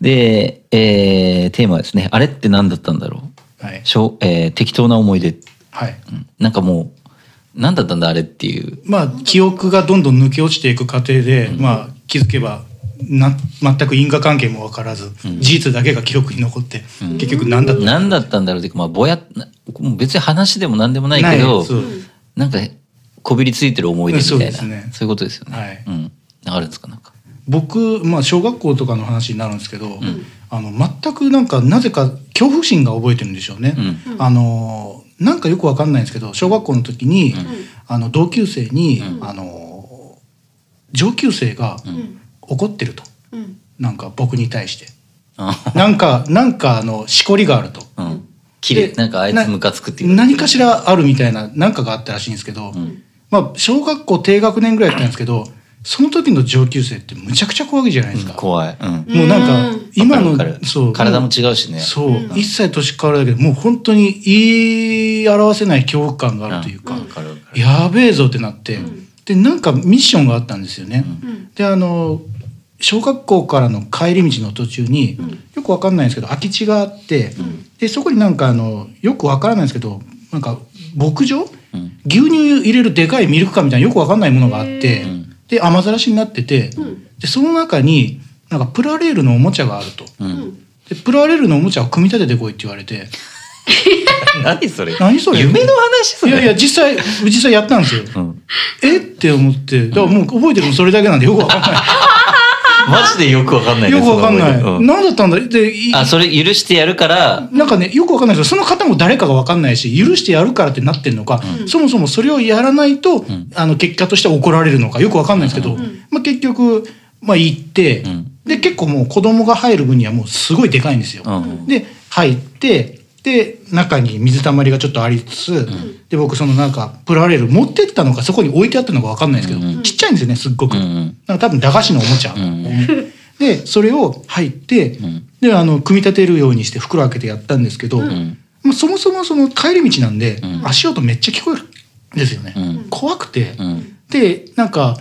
A: で、えー、テーマはですね、あれって何だったんだろ。
C: はいう
A: しょうえー適当な思い出、
C: はい
A: うんなんかもう、何だったんだあれっていう。
C: まあ記憶がどんどん抜け落ちていく過程で、まあ気づけばな全く因果関係も分からず、
A: うん
C: 事実だけが記憶に残って、
A: うん
C: 結局何だった
A: 何だったんだろうっていうか、まあぼや、な別に話でも何でもないけど、
C: そうう
B: うん
A: なんかこびりついてる思い出みたいな、
C: うん
A: そ
C: そううですね
A: いうことですよね。
C: はい
A: うん、あるんですかなんか。
C: 僕、まあ、小学校とかの話になるんですけど、
A: ん
C: あの全くなんかなぜか恐怖心が覚えてるんでしょうね。
A: うん
B: うん
C: あのなんかよくわかんないんですけど小学校の時に、
A: うん
C: あの同級生に、
A: うん
C: あの上級生が
A: う
B: うんん
C: 怒ってると
B: うん
C: なんか僕に対して
A: あ
C: なんか なんかあのしこりがあると
A: うん。綺麗
C: で
A: なんかあいつムカつくっていう。
C: 何かしらあるみたいななんかがあったらしいんですけど、
A: うん
C: まあ小学校低学年ぐらいだったんですけどその時の上級生ってむちゃくちゃ怖いじゃないです
A: うん
C: か。
A: 怖い。うん。
B: ん
C: もうなん
B: うん
C: か今の
A: わかるわかる
C: そう
A: 体も違うしね。
C: そう、
B: うん
C: 一切年変わるだけでもう本当に言い表せない恐怖感があるというか、
A: んわかるわかる。
C: やべえぞってなって、
B: ん
C: でなんかミッションがあったんですよね。
B: うん
C: であの小学校からの帰り道の途中に、
B: ん
C: よくわかんないんですけど空き地があって、でそこになんかあのよくわからないんですけどなんか牧場
A: うん。
C: 牛乳入れるでかいミルク缶みたいなよくわかんないものがあって、
B: へ
A: ー
C: で雨ざらしになってて、
B: うん
C: でその中になんかプラレールのおもちゃがあると。
A: う。
B: うんん
C: でプラレールのおもちゃを組み立ててこいって言われて
A: 何それ。
C: 何それ
A: 夢の話そ
C: い
A: れ。
C: やいや実際実際やったんですよ
A: うん。
C: えって思ってだからもう覚えてるのそれだけなんでよくわかんな
A: マジでよくわかんない
C: い
A: ね
C: よくわかんない
A: その思い出うん
C: 何だったんだでい
A: あ、それ許してやるから、
C: なんかねよくわかんないですよその方も誰かがわかんないし許してやるからってなってるのか、
B: うん
C: そもそもそれをやらないと、
A: ん
C: あの結果として怒られるのかよくわかんないですけど、
B: ん
C: まあ、結局、まあ、行って、
A: うん
C: で結構もう子供が入る分にはもうすごいでかいんですよ。
A: うん。
C: で入ってで中に水たまりがちょっとありつつ、
A: ん
C: で僕そのなんかプラレール持ってったのかそこに置いてあったのかわかんないですけど、
A: うん
C: ちっちゃいんですよねすっごく、
A: うんう
C: なんか
A: ん
C: 多分駄菓子のおもちゃ、
A: うん
C: でそれを入って、
A: うん
C: であの組み立てるようにして袋開けてやったんですけど、
B: うん
A: うん
C: まあ、そもそもその帰り道なんで、
A: うん
C: 足音めっちゃ聞こえるんですよね、
A: うん
C: 怖くて、
A: うん
C: でなんか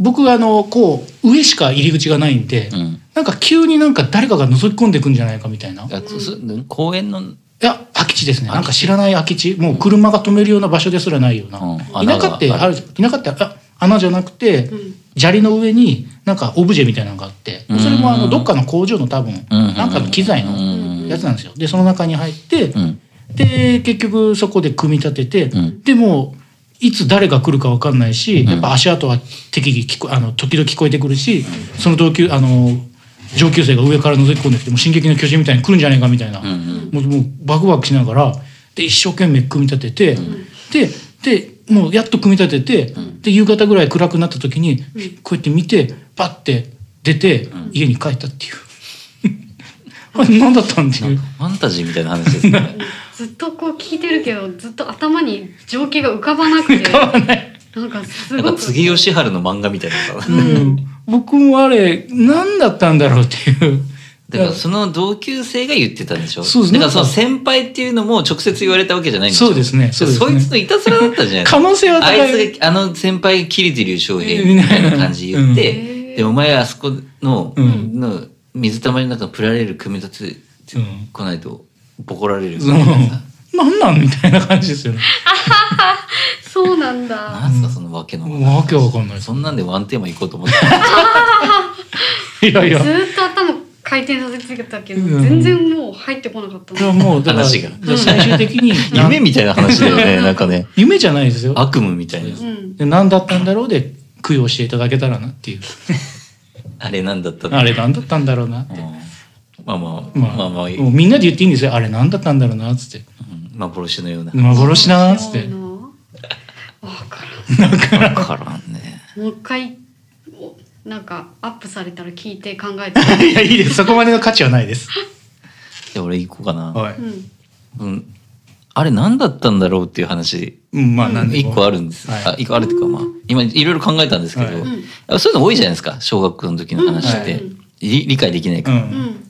C: 僕があのこう上しか入り口がないんで、
A: うん
C: なんか急になんか誰かが覗き込んでくんじゃないかみたいな、い
A: あそそ公園の
C: や空き地ですね
A: 空
C: なん
A: き地
C: か知らない空き地もう車が止めるような場所ですらないような、
A: うん
C: 田舎って
A: 穴が
C: ある田舎ってあ穴じゃなくて、
B: うん
C: 砂利の上になんかオブジェみたいなのがあって
A: うん
C: それもあのどっかの工場の多分
A: うん
C: なんかの機材
A: う
C: の
A: ん
C: やつなんですよでその中に入って
A: うん
C: で結局そこで組み立てて
A: うん
C: でもいつ誰が来るか分かんないし
A: うん
C: やっぱ足跡は適宜聞こあの時々聞こえてくるしその同級あの上級生が上から覗き込んできて「もう進撃の巨人」みたいに来るんじゃないかみたいな
A: うんうん
C: もうもうバクバクしながらで一生懸命組み立てて、ででもうやっと組み立てて、で夕方ぐらい暗くなった時に、こうやって見てパッて出て、家に帰ったっていう あれ何だったんって
A: ないん
C: う
A: かファンタジーみたいな話ですね
B: ずっとこう聞いてるけどずっと頭に情景が浮かばなくてなんかす
A: なん
B: ご
A: か
B: く
A: 次吉春の漫画みたいなさ
C: うん僕もあれ何だったんだろうっていう
A: だからその同級生が言ってたんでしょ
C: そうです
A: だからその先輩っていうのも直接言われたわけじゃないんでしょ
C: そうですねそうですね
A: そいつのいたずらだったんじゃない
C: 可能性は
A: あ
C: 高
A: い
C: い
A: つがあの先輩桐尻竜翔平みたいな感じ言って、
B: うん
A: でお前あそこの,、
C: うん
A: の水たまりの中のプラレール組み立てて
C: うん
A: こないとボコられるよ、
C: うん何なんみたいな感じですよね
B: そうなんだ
A: なんすかそのわけのわかんない
C: わけわかんないです
A: そんなんでワンテーマ行こうと思って た
C: いやい
B: ず
C: や
B: ーっと頭回転させてたけど、
C: うん
B: 全然もう入ってこなかった
C: いや
B: な
C: もうだから
A: 話が
C: で最終的に
A: 夢みたいな話だ よねなんかね
C: 夢じゃないですよ
A: 悪夢みたいな
B: うん
C: で何だったんだろうで供養していただけたらなって いう
A: あれなんだった
C: あ
A: れ、
C: れ何だったんだろうなって
A: うんまあまあ
C: まあ、
A: まあまあ、
C: もうみんなで言っていいんですよあれ何だったんだろうなっつって
A: うん幻のような
C: 幻だなっつって
B: わから
A: わからんね
B: んもう一回おなんかアップされたら聞いて考えて
C: いやいいですそこまでの価値はないです
A: じゃあ俺行こうかな、
C: は
B: うん
A: うん、あれ何だったんだろうっていう話
C: い、うん、まあ何で
A: 一
C: も
A: 個あるんです、
C: はい
A: あ一個あるっていうかまあ今いろいろ考えたんですけど、
C: は
B: うん
A: あそういうの多いじゃないですか小学校の時の話って、
B: うんはい
A: り理解できないか
C: う
A: ら、
B: うんん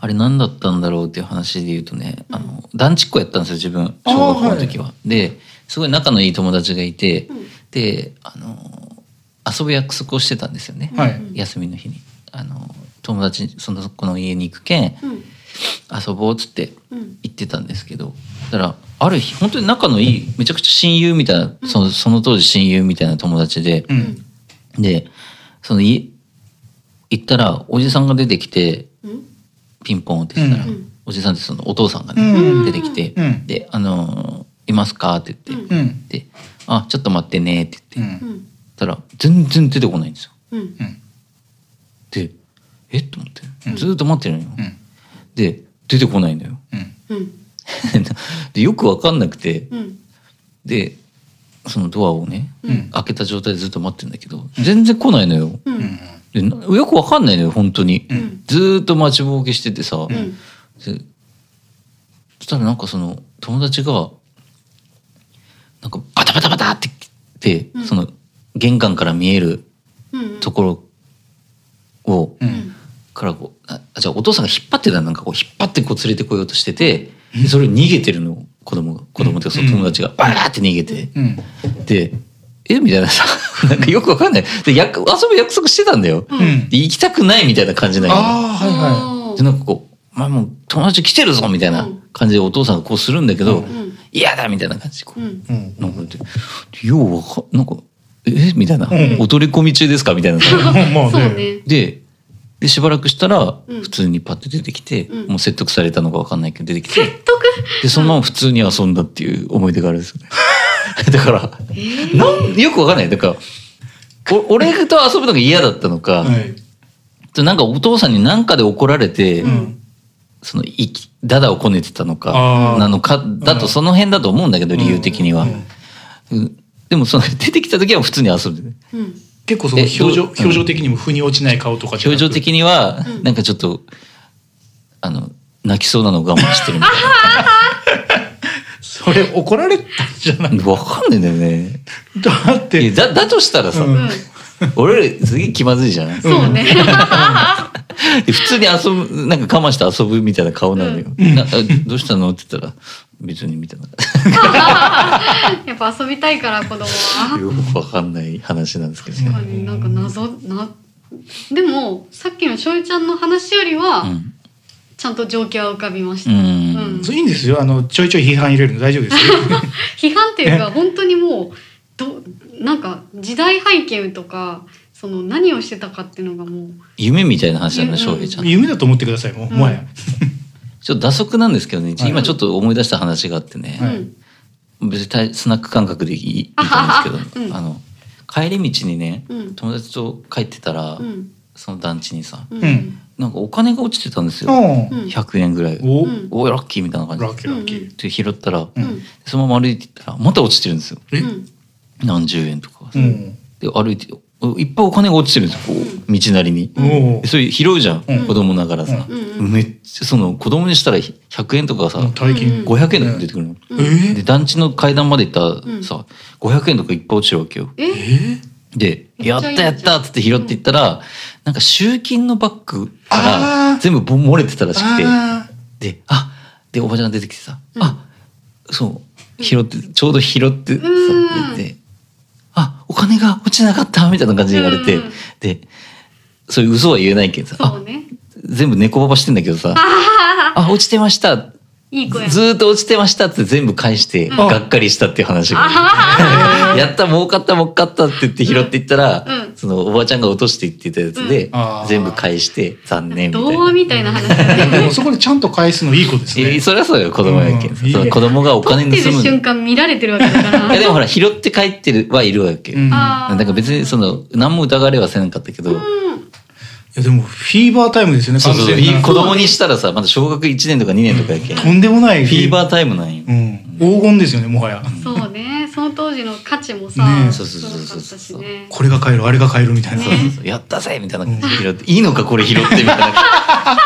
A: あれ何だったんだろうっていう話で言うとね、あの団地っ子やったんですよ自分
C: あー
A: 小学校の時は。ですごい仲のいい友達がいて、
B: うん
A: であの遊ぶ約束をしてたんですよね、
C: はい
B: うん
A: 休みの日に。あの友達その子の家に行くけん
B: うん
A: 遊ぼうっつって
B: うん
A: 行ってたんですけどだからある日本当に仲のいいめちゃくちゃ親友みたいなそのその当時親友みたいな友達で
C: う、
B: うん
C: ん
A: でそのい行ったらおじさんが出てきて
B: うん
A: ピンポンってしたら、
C: うん
A: おじさんってそのお父さんがね、
C: うん
A: 出てきて、
C: うん
A: で「あのーいますか?」って言って「
B: うん
C: うん
A: であちょっと待ってね」って
C: う
A: 言って、
C: ん
B: うん
A: たら全然出てこないんですよ。
B: うん
C: うん
A: でえっと思って
C: うん
A: ずーっと待ってるのよ。
C: うん
A: で出てこないのよ。
C: うん
B: うん
A: でよく分かんなくて、
B: うん
A: でそのドアをね
C: うん
A: 開けた状態でずっと待ってるんだけど全然来ないのよ
B: うんう
C: うんん
A: でなよくわかんないのよ本当に、
B: うん
A: ずーっと待ちぼうけしててさ、
B: う
A: で
B: ん
A: そしたらなんかその友達がなんかバタバタバタって来て、
B: うん
A: その玄関から見える
B: うん
A: ところを、
C: う
B: うんん
A: からこうあじゃあお父さんが引っ張ってたなんかこう引っ張ってこう連れてこようとしててでそれを逃げてるの子供が子供っていうかその友達がバーって逃げて。
C: うん
A: で、えみたいなさ、 なんかよくわかんない。で、約遊ぶ約束してたんだよ。
B: うん
A: で、行きたくないみたいな感じなのよ。
C: ああはいは
A: で、なんかこう、お前もう友達来てるぞみたいな感じでお父さんがこうするんだけ
C: う
A: ど、
C: ん
B: うん
A: 嫌だみたいな感じでこ
B: う
A: う、
B: ん
C: いうん
A: なんかで、ようわかなんか、えみたいな、
C: ん
A: 踊り込み中ですかみたいなさ。
C: まあ
B: そう
C: ね
B: ね
A: で、で、しばらくしたら、
B: うん
A: 普通にパッて出てきて、
B: うん
A: もう説得されたのかわかんないけど出てきて、
B: 得
A: で、そのまま普通に遊んだっていう思い出があるんですよね。 だから、
B: えー
A: なんよくわかんない。だから、 お俺と遊ぶのが嫌だったのか、
C: はい
A: となんかお父さんに何かで怒られて、
C: うん
A: その、いき、ダダをこねてたの
C: あ
A: か、
C: ー
A: なのか、だ
C: う
A: と
C: ん
A: その辺だと思うんだけど、理由的には。うんでも、その、 出てきた時は普通に遊んでる。
B: うん
C: 結構その
A: え
C: 表情
A: どううん
C: 表情的にも腑に落ちない顔とかじゃ
A: 表
C: なく
A: 情的には
B: う、ん
A: なんかちょっと、あの、泣きそうなのを我慢してるみた
C: それ怒られたんじゃない
A: いなわかんないんだよね
C: だっ
A: い
C: て
A: やだだとしたらさ、
C: うん
B: うん
A: 俺らすげえ気まずいじゃない
B: そうね。
A: で普通に遊ぶなんか我慢して遊ぶみたいな顔なのよ、なあどうしたのって言ったら別にみたいな
B: やっぱ遊びたいから子供は。
A: よくわかんない話なんですけど、
B: 確かになんか謎な。でもさっきのしょいちゃんの話よりは、
A: うん
B: ちゃんと状況は浮かびまし
A: う
B: た。
A: ん
B: うん
C: そういいんですよあのちょいちょい批判入れるの大丈夫ですよ
B: 批判っていうか本当にもうどなんか時代背景とかその何をしてたかっていうのがもう
A: 夢みたいな話だね
B: うん
A: 翔平ちゃんち
C: 夢だと思ってくださいもう、
B: うん
C: もはや
A: ょっと打足なんですけどね
C: はい
A: 今ちょっと思い出した話があってね、
C: はい
B: うん
A: 別に大スナック感覚でいいいいと思うんですけど、
B: うん
A: あの帰り道にね、
B: うん
A: 友達と帰ってたら、
B: うん
A: その団地にさ
B: うん
C: うん
A: なんかお金が落ちてたんですよ、
C: うん
B: うん
A: 100円ぐらい、
C: お
B: うん
A: おいラッキーみたいな感じ
C: ラッキーラッキー
A: で拾ったら、
B: うん
A: そのまま歩いていったらまた落ちてるんですよ
C: え
B: うん
A: 何十円とか、
C: う
A: で
C: ん
A: 歩いておいっぱいお金が落ちてるんですよこう道なりに、
C: おお
A: それ拾うじゃん、
C: うん
A: 子供ながらさ、
B: うんうん
A: めっちゃその子供にしたら100円とかさ、
C: 大
B: うん
C: 金
A: 500円とか出てくるの、
B: うん
C: え
A: で団地の階段まで行った
B: う
A: ら
B: ん
A: さ、500円とかいっぱい落ちるわけよ
B: え
C: え
A: で「
B: めっち
A: や
B: ゃ
A: っ
B: い
A: た
B: いじゃん
A: やった」っつって拾っていったら、なんか集金のバッグか
C: あー
A: ら全部ぼ漏れてたらしくて
C: あ
A: で、あで、おばちゃんが出てきてさ、
B: うん
A: あそう、拾って、ちょうど拾ってさ
B: うん、
A: で、あお金が落ちなかったみたいな感じで言われて、
B: うん
A: で、そういう嘘は言えないけどさ、
B: そ
A: あ
B: うね
A: 全部猫ばばしてんだけどさ、
B: あ
A: あ、落ちてました。ず
B: いい子や
A: ずーっと落ちてましたって全部返して、
B: うん
A: がっかりしたっていう話が。 やった、儲かった、儲かったって言って拾っていったら、
B: うん
A: そのおばちゃんが落としていってたやつで
C: うんあ、ー
A: 全部返して、残念みたいな。
B: 童話みたいな話だ
C: ーで
B: ね
C: もそこでちゃんと返すのいい子です
A: いや
C: ね
A: そりゃそうよ子供やけん、
C: うん
A: その子供がお金
B: 取って
A: 盗
B: る
A: むの
B: 瞬
A: い
B: 間見られてるわけ だから
A: やでもほら拾って帰ってるはいるわけ、
C: うんい
B: あ
A: な
B: ー
A: んか別にその何も疑われはせなかったけど、
B: うん
C: やでもフィーバータイムですよね
A: そうそう
C: 完全な
A: 子供にしたらさまだ小学1年とか2年とかやけん、
C: とんでもない
A: フィーバータイムなんよ、
C: うん黄金ですよねもはや
B: そうねその当時の価値もさ
C: ねえ
A: そうそうそうそう
B: 高かったしね
C: これが買えるあれが買えるみたいな
A: そうそうそうやったぜみたいな感じで拾って、いいのかこれ拾ってみたいな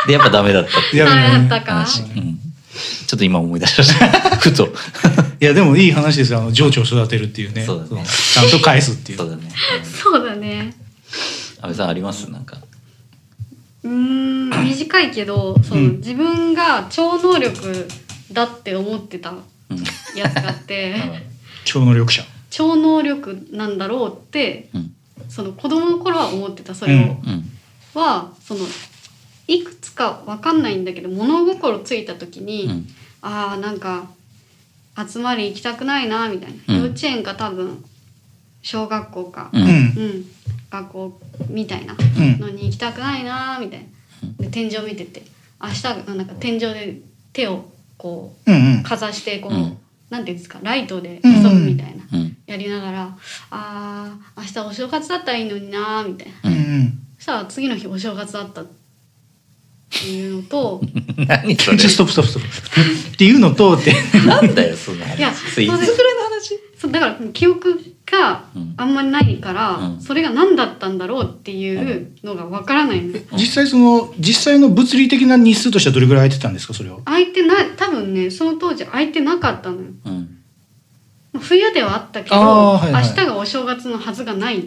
A: でやっぱダメだったって
C: い
B: ダ
C: や
B: メだったか
A: 話、うんちょっと今思い出しました ふと
C: いやでもいい話ですよあの情緒を育てるっていうね
A: そうだね
C: のちゃんと返すってい
A: そう
C: う
A: だね
B: そうだね
A: 安倍さんありますなんか
B: うーん短いけどその、
C: うん
B: 自分が超能力だって思ってた
A: うん
B: やつが あって、
C: 超能力者
B: 超能力なんだろうって
A: うん
B: その子供の頃は思ってたそれを、
C: うん
A: うん
B: はそのいくつかわかんないんだけど物心ついた時に、
A: うん
B: ああなんか集まり行きたくないなみたいな、
A: うん
B: 幼稚園か多分小学校か、
A: う
C: うんん
B: うん、学校みたいな
C: うん
B: のに行きたくないなーみたいなで天井見てて明日なんか天井で手をこ
C: うんう
B: うんかざしてこう、
A: うん
B: なんていうんですかライトで遊ぶみたいな、
A: うん
B: やりながらあー明日お正月だったらいいのになーみたいな
A: う
C: うんん
B: そしたら次の日お正月だったっていうのと
A: 何そ
C: うん
A: れ
C: ちょストップストップストップっていうのとって
A: なんだよそんな話
B: いや
A: それいつ
B: そ
A: ぐ
B: れ
A: らいの話
B: そうだから記憶が
A: うん
B: あんまりないから、
A: うん
B: それが何だったんだろうっていうのがわからないのよ。
C: 実際その実際の物理的な日数としてはどれぐらい空いてたんですかそれは
B: 空いてない多分ねその当時空いてなかったのよ。
A: うん
B: 冬ではあったけど、
C: あーはいはい
B: 明日がお正月のはずがない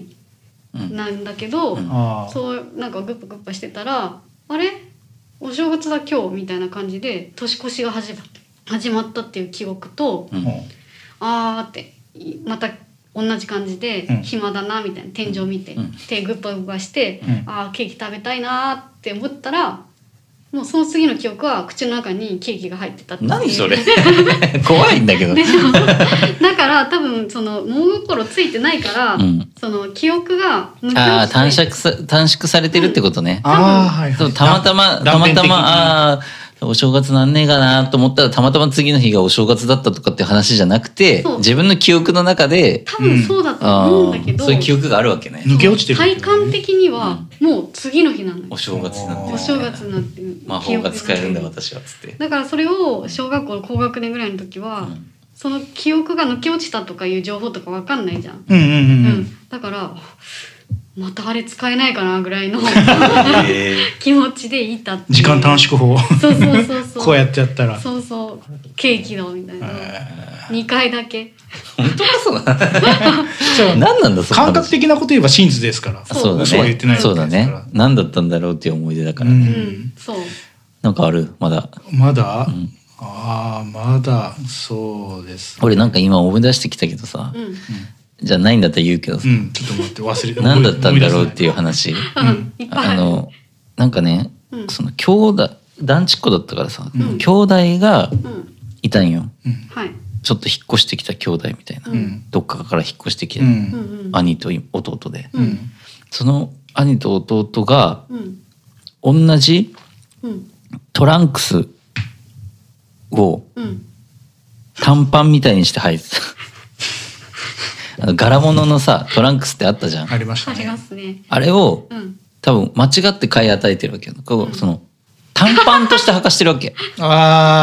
A: うん
B: なんだけど、
A: うん
C: ああ
B: そうなんかグッパグッパしてたらあれお正月だ今日みたいな感じで年越しが始まった始まったっていう記憶と
A: う
C: うんん
B: あーっていまた同じ感じで
C: うん
B: 暇だなみたいな天井見て、
A: うん
B: 手グッパグッパして、
C: うん
B: あーケーキ食べたいなーって思ったらもうその次の記憶は口の中にケーキが入ってたっていう
A: 何それ怖いんだけど、
B: で しょだから多分その物心ついてないから、
A: うん
B: その記憶が無記憶
A: ああ
B: で
A: 短縮さ短縮されてるってことね、
C: ああはいは
A: そう
C: い
A: たまたまた
C: 断片
A: また
C: 的に
A: まああお正月なんねえかなと思ったらたまたま次の日がお正月だったとかって話じゃなくて
B: そう
A: 自分の記憶の中で
B: 多分そうだと
A: あ
B: 思うんだけ
A: ー
B: ど、
A: そういう記憶があるわけね
C: 抜け落ちてる
B: 体感的にはもう次の日なのよ
A: お正月になって
B: お正月になってる
A: 魔法が使えるんだ
B: 記憶が
A: 私はつって、
B: だからそれを小学校高学年ぐらいの時は、
A: うん
B: その記憶が抜け落ちたとかいう情報とかわかんないじゃん、
C: うんうんう
B: うんん
C: うん
B: だからまたあれ使えないかなぐらいの
D: え
B: 気持ちでいたっていう
C: 時間短縮法
B: そうそうそうそう
C: こうやってやったら
B: そうそうケーキだみたいな2回だけ
A: 本当かそうだ。
C: そう
A: 何なんだその話
C: 感覚的なこと言えば真実ですから
A: あそうだね。
C: 嘘は言ってない
A: そうだ
C: です
A: ね
C: から。
A: 何だったんだろうっていう思い出だか
C: う
A: ら。
B: うん、
C: ん
B: そう
A: なんかあるまだ。
C: まだ、
A: ん
C: ああまだそうです
A: 俺なんか今思い出してきたけどさ
B: う、ん、
A: じゃあないんだったら言うけど
C: う
A: さ、
C: んちょっと待って忘れて
A: 何だったんだろうっていうう話。
B: うん、 いっぱい
A: あ
B: あ
A: あ
B: る
A: の、なんかね
B: う、ん
A: その兄弟、団地っ子だったからさ、兄
B: ん
A: 弟が
B: うん
A: いたんよ。
C: うん
B: はい
A: ちょっと引っ越してきた兄弟みたいな。
C: うん
A: どっかから引っ越してき
C: う
A: た
B: うん
C: ん
B: うん
A: 兄と弟で。
B: うんうん
A: その兄と弟が
B: うん
A: 同じ
B: うん
A: トランクスを
B: うん
A: 短パンみたいにして履いてた。 あの柄物のさ、トランクスってあったじゃん
C: あ。りまし
B: あ
C: た
B: りま
C: ね
B: すね
A: あれを
B: うん
A: 多分間違って買い与えてるわけよ。こうその短パンとして履かしてるわけ。だ
C: あ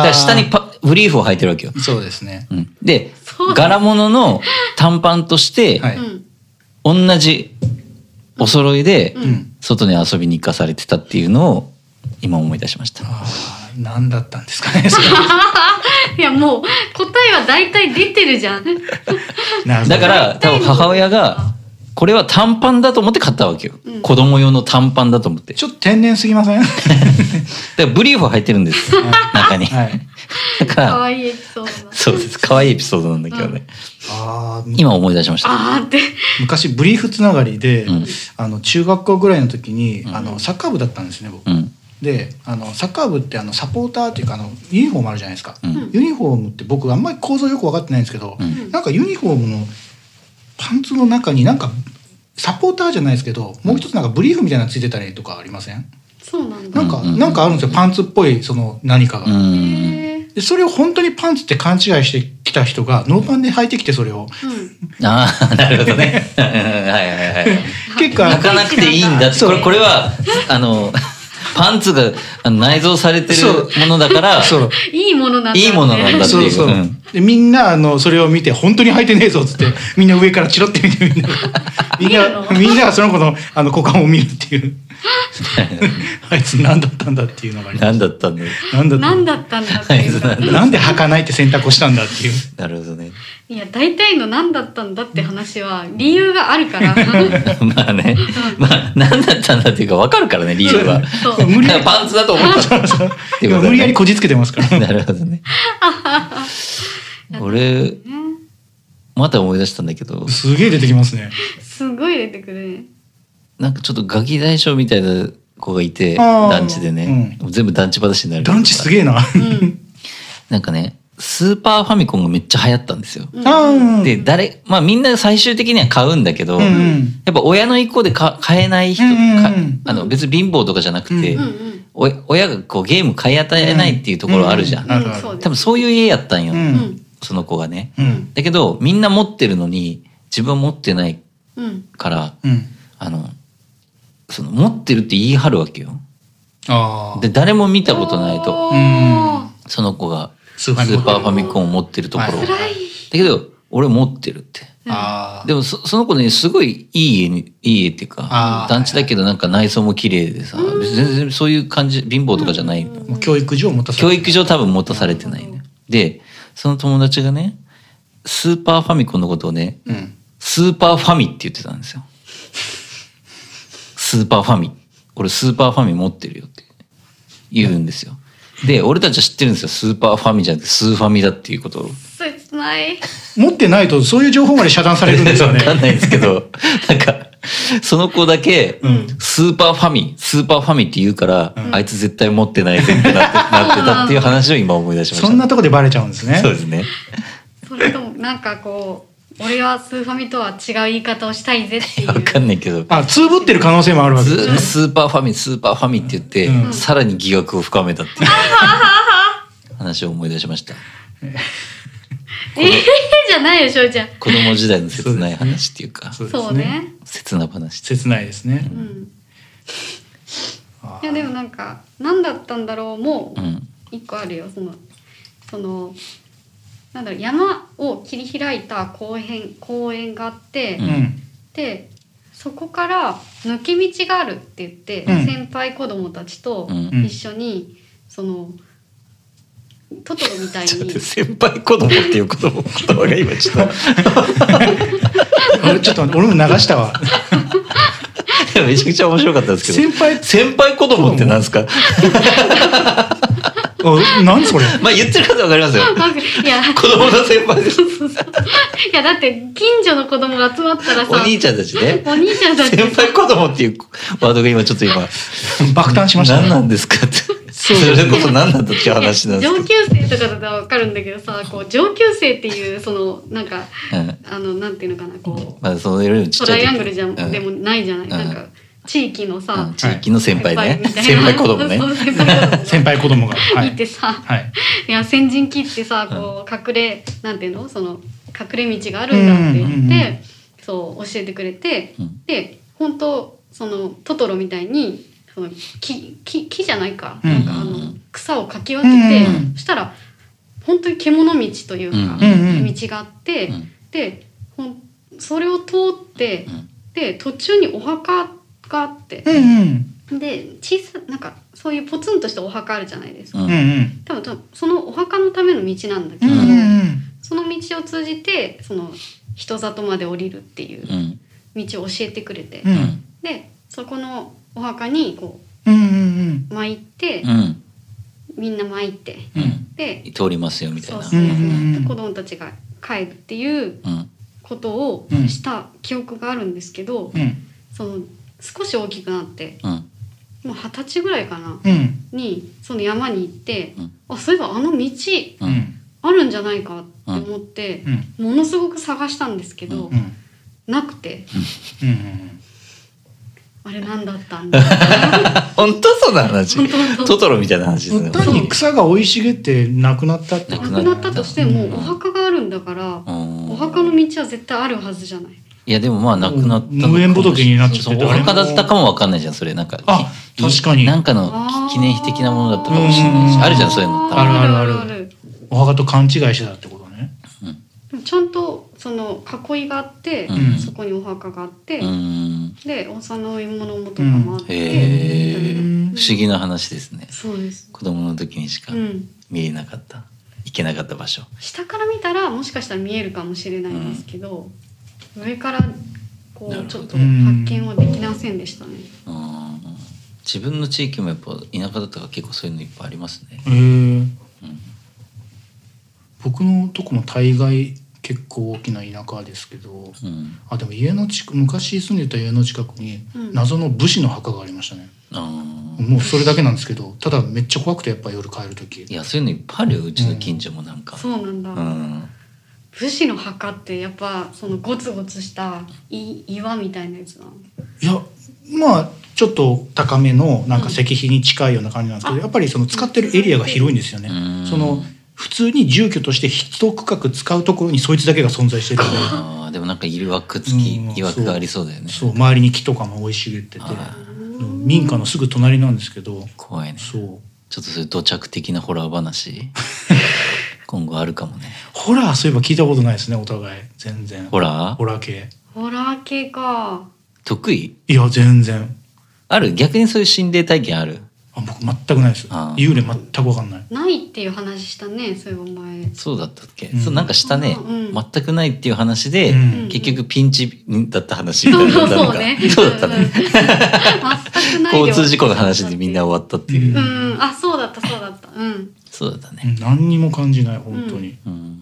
A: か
C: ー
A: ら下にパブリーフを履いてるわけよ。
C: そうですね
A: うん、で
B: そう、
A: 柄物の短パンとして、
C: は
B: う
C: い
B: ん
A: 同じお揃いで
B: うん
C: うん
A: 外に遊びに行かされてたっていうのを今思い出しました。
C: ああ何だったんですかね それ
B: いやもう答えは大体出てるじゃん
C: 謎
A: だから多分母親がこれは短パンだと思って買ったわけよ、
B: うん
A: 子供用の短パンだと思って
C: ちょっと天然すぎ ませんは
A: だからブリーフを履いてるんです中に、
C: い
A: だか
B: 可
A: ら
B: 愛いエピソードだ
A: そうです可愛いエピソードなんだけどね、
C: ああ
A: 今思い出しました
B: あーって
C: 昔ブリーフつながりで、
A: うん
C: あの中学校ぐらいの時に、あのサッカー部だったんですね僕、
A: うん
C: であのサッカー部ってあのサポーターっていうかあのユニフォームあるじゃないですか、
A: うん
C: ユニフォームって僕あんまり構造よく分かってないんですけど、
A: うん
C: なんかユニフォームのパンツの中になんかサポーターじゃないですけどもう一つなんかブリーフみたいなのついてたりとかありません
B: そうなんだ
C: なんか、
A: うんうんうん
C: なんかあるんですよパンツっぽいその何かが、
A: うん
B: へー
C: でそれを本当にパンツって勘違いしてきた人がノーパンで履いてきてそれを
B: うん
A: ああなるほどね うんはいはいはい
C: 結
A: 履
C: 果
A: かなくていいんだってこれこれはあのパンツがあの内蔵されて
C: そう
A: るものだから
C: そう
B: いいものなんだって
A: いいものなんだって
C: そ
A: いうう
C: そう、
A: うん
C: でみんなあのそれを見て本当に履いてねえぞっつってみんな上からチロって見てみんなみんな
B: 見るの
C: みんながその子のあの股間を見るっていうあいつ何だったんだっていうのがあります
A: 何だったんだろう
C: 何だった
B: 何だったんだっていうか
C: なんで履かないって選択をしたんだっていう
A: なるほどね
B: いや大体の何だったんだって話は理由があるから
A: まあね、まあ何だったんだっていうか分かるからね理由は。
B: そう
C: 無理
A: だ
C: や
A: か
C: り
A: らパンツだと思ったっていう
C: 今
A: ことだね
C: 無理やりこじつけてますから
A: なるほ どね。俺また思い出したんだけど
C: すげえ出てきますね
B: すごい出てくるね
A: なんかちょっとガキ大将みたいな子がいて
C: あー
A: 団地でね、全部団地話になる
C: 団地すげえな、
B: うん
A: なんかねスーパーファミコンがめっちゃ流行ったんですよ。
B: うん
C: あー
A: で誰まあみんな最終的には買うんだけど、
C: うんうん
A: やっぱ親の意向でか買えない人、
C: うんうんうん
A: かあの別に貧乏とかじゃなくて、
C: うん
B: うんうん
A: お親がこうゲーム買い与えないっていうところあるじゃん、
C: あるある
B: そうです
A: 多分そういう家やったんよ、
C: う
B: うんん
A: その子がね
C: うん
A: だけどみんな持ってるのに自分は持ってない
B: うん
A: から
C: うん
A: あのその持ってるって言い張るわけよ
C: ああ
A: で誰も見たことないと
B: おー
A: その子が
C: ス
A: ス
C: ー
A: ー
C: パ
A: パ
C: ーファミコン
A: ーファミコンを持ってるところを、
C: はい
A: だ
B: 辛い
A: けど俺持ってるって
C: あ
A: でもそその子ねすごいいい家にいい家っていう
C: あ
A: か
C: ー
A: 団地だけどなんか内装も綺麗でさ別に全然そういう感じ貧乏とかじゃない、
C: ーもう教育上持たされ
A: 教
C: て
A: 育上多分持たされてないんだよでその友達がねスーパーファミコンのことをね
C: うん
A: スーパーファミって言ってたんですよスーパーファミ俺スーパーファミ持ってるよって言うんですよで俺たちは知ってるんですよスーパーファミじゃなくてスーファミだっていうことを
B: 切ない
C: 持ってないとそういう情報まで遮断されるんですよ
A: わ
C: ね
A: かんないですけど、なんか、その子だけ
C: ん、
A: スーパーファミ、スーパーファミって言うから、あいつ絶対持ってないぜってなってなってたっていう話を今思い出しました。
C: そんなとこでバレちゃうんですね。
A: そうですね。
B: それともなんかこう俺はスーファミとは違う言い方をしたいぜっていう
A: わかんないけど、
C: あ、つぶってる可能性もあるわけです
A: ず
C: ね。
A: スーパーファミ、スーパーファミって言って、
C: うん
A: さらに疑惑を深めた っていう話を思い出しました。
B: ええじゃないよしょうちゃん
A: 子供時代の切ない話っていうか、
C: そう
B: そうね。
A: 切な話。
C: 切ないですね。
B: うん
C: あ
B: いやでもなんか何だったんだろうもう
A: うん。
B: 一個あるよそのそのなんだろう山を切り開いた公園公園があって、
A: うん
C: うん。
B: でそこから抜け道があるって言って、
C: うん
B: 先輩子供たちと
A: うん
C: うん
B: 一緒に、そのトトロみたい
D: ちょっと待って
B: に
D: 先輩子供っていう言葉言葉が今ちょっと
C: 俺ちょっと俺も流したわ
D: いやめちゃくちゃ面白かったですけ
C: 先
D: ど
C: 輩
D: 先輩子供ってなんですか
C: あ何それ
D: まあ言ってる方わかりますよ
B: なんか いや
D: 子供の先輩です
B: いやだって近所の子供が集まったら
D: お
B: さ
D: 兄ちゃんたちね
B: お兄ちゃんたち
D: 先輩子供っていうワードが今ちょっと今
C: 爆誕しました
D: 何な
C: ね
D: んですかってそれこそ何なんだっていう話なん
B: い
D: で
B: や
D: す
B: 上級生とかだったらわかるんだけどさこう上級生っていうそのなんか
A: うんうん
B: あのなんていうのかなこ
A: まあそのいろいろ
B: う
A: ち
B: ト
A: っちゃ
B: ラ
A: い
B: イ
A: 時
B: アングルじゃん、
A: うん
B: でもないじゃない、
A: ん
B: なんか地域のさ、
A: うん地域の先輩ね
B: みたいな
A: 先輩子供ね
B: そう先輩 子供
C: 先輩子供がはい
B: 行ってさ、
C: はい
B: い、や先陣切ってさこう隠れ、なんていうのその隠れ道があるんだって言って、
C: うんうんうん
B: そう教えてくれて、
A: うん
B: で本当そのトトロみたいにその木木木じゃないか,、
C: うん
B: なんかあ
A: うんう
B: の
A: ん
B: 草をかき分けて、
C: うん
B: そしたら本当に獣道というか、
A: うん
C: うんうん
B: 道があって、
A: うん
B: でほんそれを通って、
A: うん
B: で途中にお墓があって
C: う、ん
B: で小さなんかそういうポツンとしたお墓あるじゃないですか。
A: う
C: うんんうんうん
B: 多分多分そのお墓のための道なんだけ
C: うん
B: ど、
C: うん
B: その道を通じてその人里まで降りるっていう
A: うん
B: 道を教えてくれて、
C: うん
B: でそこのお墓にこ
C: うんうん
B: う巻いて、
A: うん
B: みんな巻いて
A: うん
B: で
A: 通りますよみたい
B: そう
A: な
B: そうそう、
C: うんうん
B: 子供たちが帰るっていう
A: うん
B: ことをした記憶があるんですけど、
C: うん
B: その少し大きくなって
A: うん
B: もう二十歳ぐらいかな
C: うん
B: にその山に行って、
A: うん
B: あそういえばあ
A: う
B: の道
C: うんん
B: あるんじゃないかって思って。
C: うん
B: ものすごく探したんですけど、
A: う
C: うん
B: なくて
C: うん
B: あれ何だった んだ
D: 本当そんな話
B: 本当本
D: トトロみたいな話ですね
C: 単に草が生い茂ってなくなったって
A: な
B: 当
A: く
B: なくなったとしても、お墓があるんだから、
A: うん
B: お墓の道は絶対あるはずじゃない。
A: いやでもまあなくなったのかも
C: 無縁仏になっちゃって
A: そう
C: 誰
A: お
C: も
A: 墓だったかもわかんないじゃんそれなんか
C: あ
A: き
C: 確かに
A: なんかの
B: あー
A: 記念碑的なものだったかもしれないし
C: うん
A: あるじゃんそういうの多分
C: あるある
B: る
C: お墓と勘違いしてたってことね
B: でもちゃんとその囲いがあって、
A: うん
B: そこにお墓があって、
A: うん
B: でお供え物とかもあっ
A: へ
B: て、
A: え不思議な話ですね
B: そうです。
A: 子供の時にしか
B: うん、
A: 見れなかった行けなかった場所
B: 下から見たらもしかしたら見えるかもしれないんですけど、上からこ
A: なる
B: う
A: ほど
B: ちょっと発見はできませんでしたね。
A: うん自分の地域もやっぱ田舎だったから結構そういうのいっぱいありますね
C: へえ僕のとこも大概結構大きな田舎ですけど
A: うん
C: あでも家の近く昔住んでた家の近くに
B: うん
C: 謎の武士の墓がありましたね、
A: あー
C: もうそれだけなんですけどただめっちゃ怖くてやっぱ夜帰る時
A: いやそういうのいっぱいあるようちの近所もなんか
B: そうなんだ。
A: うん
B: 武士の墓ってやっぱそのゴツゴツしたい岩みたいなやつなの
C: いやまあちょっと高めのなんか石碑に近いような感じなんですけど、やっぱりその使ってるエリアが広いんですよね、
A: うん
C: その普通に住居として一区画使うところにそいつだけが存在してるんで
A: あーでもなんかいわくつき
C: うん
A: いわくがありそうだよね
C: そう周りに木とかも生い茂ってて
A: あ
C: 民家のすぐ隣なんですけど
A: 怖いね
C: そう
A: ちょっとそういう土着的なホラ ー話今後あるかもね
C: ホラーそういえば聞いたことないですねお互い全然
A: ホラー
C: ホラー系
B: ホラー系か
A: 得意
C: いや全然
A: ある逆にそういう心霊体験ある
C: あ僕全くないです
A: あー
C: 幽霊全く分かんない
B: ないっていう話したねそういえば前
A: そうだったっけ、
C: うん
A: そうなんかしたね、
B: うん
A: 全くないっていう話で、
C: うん
A: 結局ピンチだった話みた
B: そ
A: いうな
B: そ
A: の
B: う
A: が
B: そう
A: な
B: ね
A: んかそうだった
B: うんうん
A: ね
B: 全くない
A: 交通事故の話でみんな終わったっていう、
C: う
B: うんあそうだったそうだったうん
A: そうだった
C: う
A: ね
C: ん何にも感じない本当に、
A: うん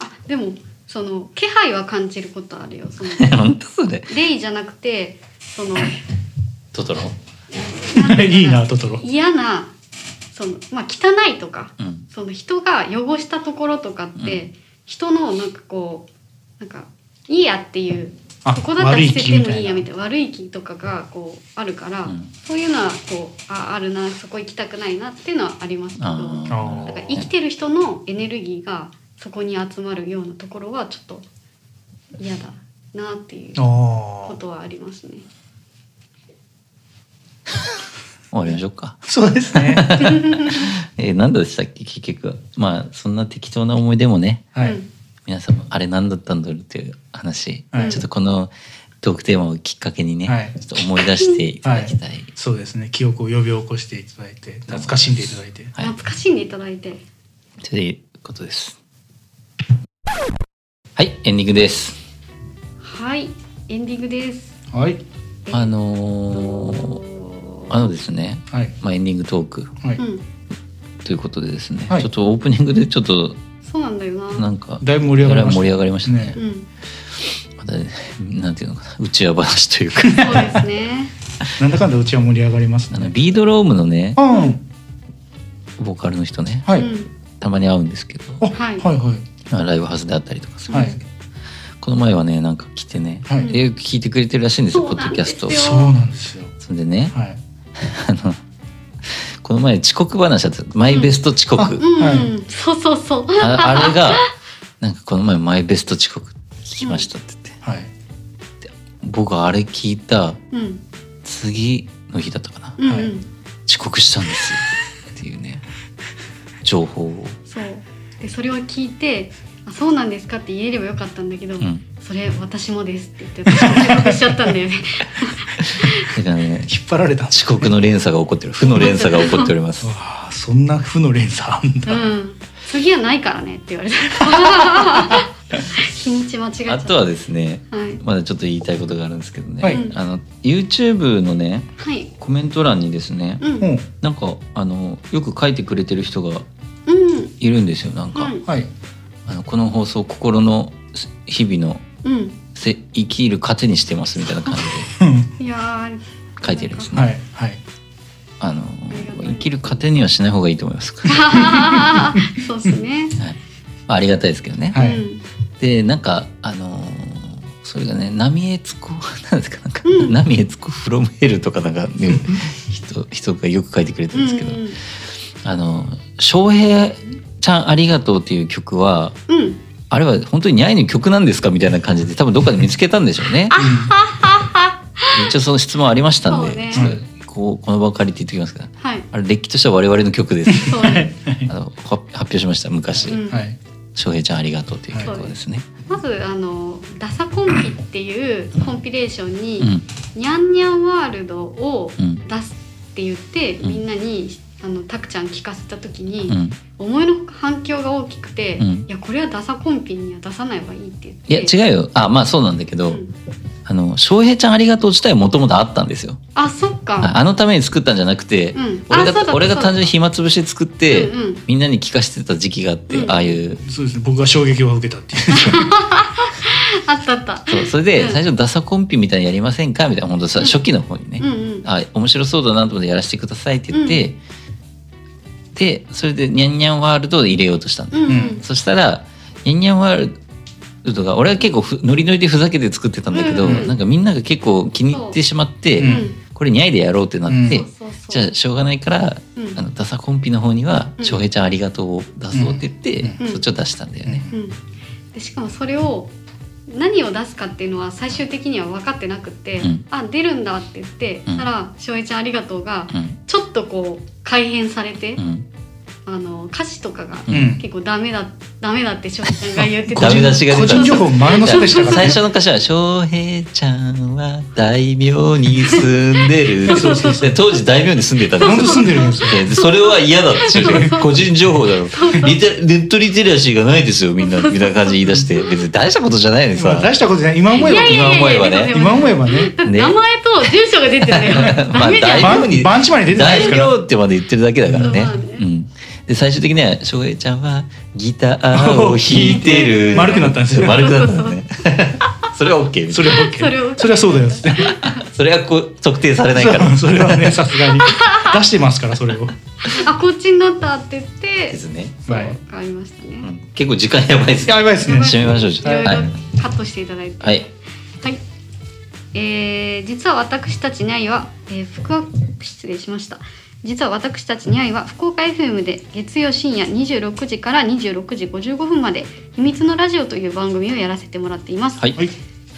B: あでもその気配は感じることあるよその
A: 本当それ
B: 霊じゃなくてそ の
A: トトロ、
C: いいなトトロ
B: 嫌なそのまあ汚いとか
A: うん
B: その人が汚したところとかって、人のなんかこうなんかいいやっていう
C: あ
B: ここだったら捨ててもいいや
C: 悪
B: み
C: い気みたいな
B: たいな悪い気とかがこうあるから、
A: うん
B: そういうのはこうああるなそこ行きたくないなっていうのはありますけど
A: あ
B: だ
A: あ
C: あ
B: から生きてる人のエネルギーがそこに集まるようなところはちょっと嫌だなっていうこ
C: あ
B: とはありますね。
A: 終わりましょうか
C: あそうですね
A: えー、何度でしたっけ結局まあそんな適当な思い出もね
C: はい、
B: うん
A: 皆さんもあれ何だったんだろうっていう話、
C: はい
A: ちょっとこのトークテーマをきっかけにね、
C: はい
A: ちょっと思い出していただきたい。
C: そうですね記憶を呼び起こしていただいて懐かしんでいただいて
A: はい
B: 懐かしんでいただいて
A: ということです。はい、エンディングです。
B: はいエンディングです
C: はい
A: あのーあのですね、
C: はい
A: まあエンディングトーク
C: はい、
B: うん
A: ということでですね、
C: はい
A: ちょっとオープニングでちょっと
B: そうなんだよな
A: なんか
C: だいぶ盛り上がりました
A: 盛り上がりましたね
C: ね
B: うん
A: またねなんていうのかなうちわ話というか
B: そうです ね
C: なんだかんだうちは盛り上がります
A: あの
C: ね
A: ビードロームのね
C: うん
A: ボーカルの人ね
C: はい、
B: うん
A: たまに会うんですけど
C: あ
B: はい
C: はいはい
A: まあライブハウスであったりとかする
C: はい
A: この前はねなんか来てね、
C: はい、
B: うん
A: よく聞いてくれてるらしいんですよ
B: そ
A: ポッ
B: うな
A: ド
B: ん
A: キ
B: で
A: ャ
B: す
A: スト
B: よ
A: を
C: そうなんですよ
A: それでね
C: はい
A: あのこの前遅刻話だったマイベスト遅刻、
B: うん、
C: はい
B: そうそうそう
A: ああれがなんかこの前マイベスト遅刻聞きましたって言って、
C: はい
A: 僕あれ聞いた
B: うん
A: 次の日だったかな
B: うん、うん
C: はい
A: 遅刻したんですよっていうね情報を、
B: そうでそれを聞いてあそうなんですかって言えればよかったんだけど、
A: うん、
B: それ私もですって言って私も遅刻しちゃったんだよ ね
A: だからね
C: 引っ張られたんです
A: 遅刻の連鎖が起こってる負の連鎖が起こっております
C: わあそんな負の連鎖あんだ、
B: うん次はないからねって言われた 日にち間違えちゃ
A: あ
B: った
A: とはですね
B: はい
A: まだちょっと言いたいことがあるんですけどね、
C: はい
A: あの YouTube のね
B: はい
A: コメント欄にですね
B: うん
C: うん
A: なんかあのよく書いてくれてる人が
B: うん
A: いるんですよなんか、
B: はい
C: はい
A: あのこの放送心の日々の
B: うん
A: せ生きる糧にしてますみたいな感じで
C: うん
B: いやー
A: 書いてるんですね、
C: はいはい
A: あの
B: りがたい
A: 生きる糧にはしない方がいいと思います、はい
B: そうですね。
A: まあ、ありがたいですけどね、
C: はい
B: うん
A: でなんかあのーそれがね「波江津子」なんですかなんか「
B: うん
A: 波江津子 from hell」とかなんか、ね、人人がよく書いてくれたんですけど
B: うん
A: 「あの翔平ちゃんありがとう」っていう曲は
B: うんうん。
A: あれは本当にニャイの曲なんですかみたいな感じで多分どっかで見つけたんでしょうね。一応その質問ありましたん
B: そう
A: で、
B: ね
A: ちょっとこうこの場を借りて言ってきますが
B: はい。
A: あれれっきとしては我々の曲です
B: そう。う
A: あのは発表しました昔
B: ん
C: はい
A: 「翔平ちゃんありがとう」っていう曲をですね。
B: まずあのダサコンピっていうコンピレーションに
A: うん
B: ニャンニャンワールドを
A: うん
B: 出すって言って
A: うん
B: みんなにあのタクちゃん聞かせた時に
A: うん
B: 思いのほか反響が大きくて
A: うん
B: いやこれはダサコンピには出さない方がいいって言
A: い
B: っ
A: や
B: て。
A: 違うよあまあそうなんだけど、
B: うん
A: あの翔平ちゃんありがとう自体もともとあったんですよ
B: あそっ
A: あ
B: か。
A: あのために作ったんじゃなくて、
B: うん
A: 俺
B: あそうだった
A: が俺が
B: そうだった
A: 単純に暇つぶしで作っ
B: うん
A: て、
B: うん。
A: みんなに聞かせてた時期があって、
B: うん
A: ああいう
C: そうですね僕が衝撃を受けたっていう
B: あったあった。
A: そうそれで
B: うん
A: 最初「ダサコンピみたいにやりませんか?」みたいな本当さ、初期の方にね、
B: うんうん。
A: あ面白そうだなと思ってやらせてくださいって言って、でそれで「ニャンニャンワールド」で入れようとしたんだ
B: うんうん。
A: そしたら「ニャンニャンワールドが」俺は結構ふノリノリでふざけて作ってたんだけど、
B: うんうん
A: なんかみんなが結構気に入ってしまって、
C: そううん
A: これニャイでやろうってなって、
C: うん
B: そうそうそう
A: じゃあしょうがないから、
B: うん
A: あのダサコンピの方には「
B: うん
A: 翔平ちゃんありがとう」を出そうって言って、
B: うん
A: そっちを出したんだよね。
B: うん、でしかもそれを何を出すかっていうのは最終的には分かってなくって、
A: うん
B: あ出るんだって言って、
A: うん
B: たら「翔平ちゃんありがとう」が
A: うん
B: ちょっとこう改変されて、
A: うん
B: あの歌詞とかが
A: うん
C: うん
B: 結構ダメだダメだって翔平ちゃんが言って
A: ダ
B: た
A: メ出しが
C: 個
A: 出た
C: 人情報丸のせでしたから
A: 最
C: ね
A: 初の歌詞は「翔平ちゃんは大名に住ん でる」
B: そうそうそう
A: で当時大名に住んでたん
C: 本
A: で
C: 当
A: す
C: 住んでるんですよ
A: でそれは嫌だって言ってる個人情報だろリテネットリテラシーがないですよみんなみたいな感じで言い出して別に大したことじゃないのに
C: まあ大
A: さ
C: したことじゃない今思えば
B: いやいや
A: 今思えばね
B: や
C: 今思えばね
B: だって
A: ね
B: 名前と住所が出てるのよ
A: まあ
B: ダメじゃん、
A: 大
C: 番
A: に
C: 番地まで出てないで
A: 大
C: すから
A: 名ってまで言ってるだけだからね
B: まあね。
A: うん、で最終的には翔平ちゃんはギターを弾いてる。
C: 丸くなったんですよ
A: 丸くなったんだね。 それは OK みた
C: そ
A: い
C: れは
B: それ
C: OK
B: を
C: それはそうだよつって
A: な。それはこう特定されないから。
C: それはねさすがに出してますからそれをい
B: あこっちになったって言って
A: ですね。
C: はい
B: 変わりました
A: う
B: ね、
A: ん結構時間やばいです。
C: や
A: ね
C: やばいですね
B: やばい
A: 締めましょうちょっと。
B: い
A: は
B: ろ
A: い
B: いろカットしていただいて、
A: はい。
B: はい。えー実は私たちニャイは、えー福岡失礼しました。実は私たちニャイは福岡 FM で月曜深夜26時から26時55分まで「秘密のラジオ」という番組をやらせてもらっています、
A: はい。
C: はい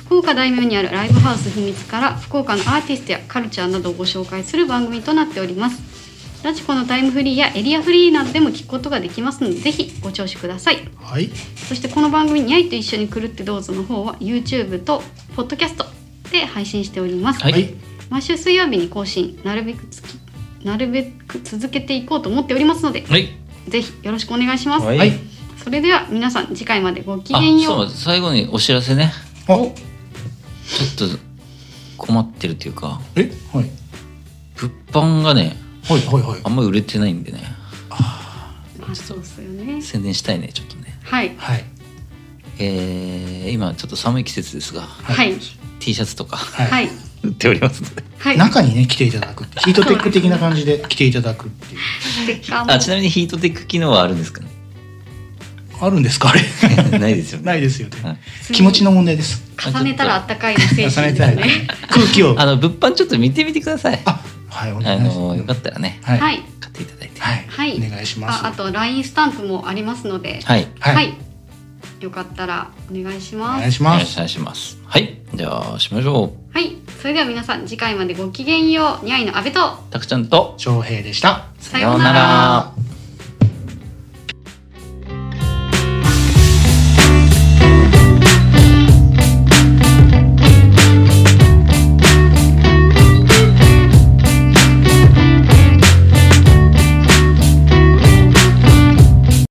B: 福岡大名にあるライブハウス秘密から福岡のアーティストやカルチャーなどをご紹介する番組となっておりますラジコのタイムフリーやエリアフリーなどでも聞くことができますのでぜひご聴取ください
C: はい
B: そしてこの番組「にゃいと一緒に来るってどうぞ」の方は YouTube とポッドキャストで配信しております、
A: はい
C: はい
B: 毎週水曜日に更新なるべくつきなるべく続けていこうと思っておりますので
A: はい。
B: ぜひよろしくお願いします、
D: はい
C: はい
B: それでは皆さん次回までごき
A: あ
B: げん、
A: そう
B: よ
A: なんです最後にお知らせね。
C: あ
A: ちょっと困ってるというか、
C: えはい
A: 物販がね、
C: はいはいはい
A: あんまり売れてないんでね。
B: うあそうですよね
A: 宣伝したいね、ちょっとね。
B: はい
C: はい
A: えー、今ちょっと寒い季節ですが、
B: はい
A: T シャツとか
C: はい
B: はい
D: 売っておりますので。
B: はい
C: 中にね来ていただくってヒートテック的な感じで来ていただくっていう
B: ステッカーも
A: あちなみにヒートテック機能はあるんですかね
C: あるんですかあれ
A: ないですよね
C: ないですよ
A: は
C: ね
A: い
C: 気持ちの問題です
B: 重ねたらあったかいの精
C: 重ね
B: 神で
C: た
B: す
C: い
B: ね
C: 空気を
A: あの物販ちょっと見てみてください
C: あはいお
A: あ
C: 願いし
A: のよか
C: ま
A: っ
C: す
A: たらね
C: は
B: はいい
A: 買っていただいて
C: はい
B: はい
C: お願いしま
B: ああ
C: す
B: と LINE スタンプもありますので
A: はい
C: はい
B: よかったらお願いし
C: お
B: ま
C: 願い
B: す
C: し
A: お願
C: ま
A: い
C: す
A: しますはいじゃあしましょ
B: はいそれでは皆さん次回までごきげんようにゃいの阿部と
A: うたくちゃんと
C: 翔平でした
B: さようなら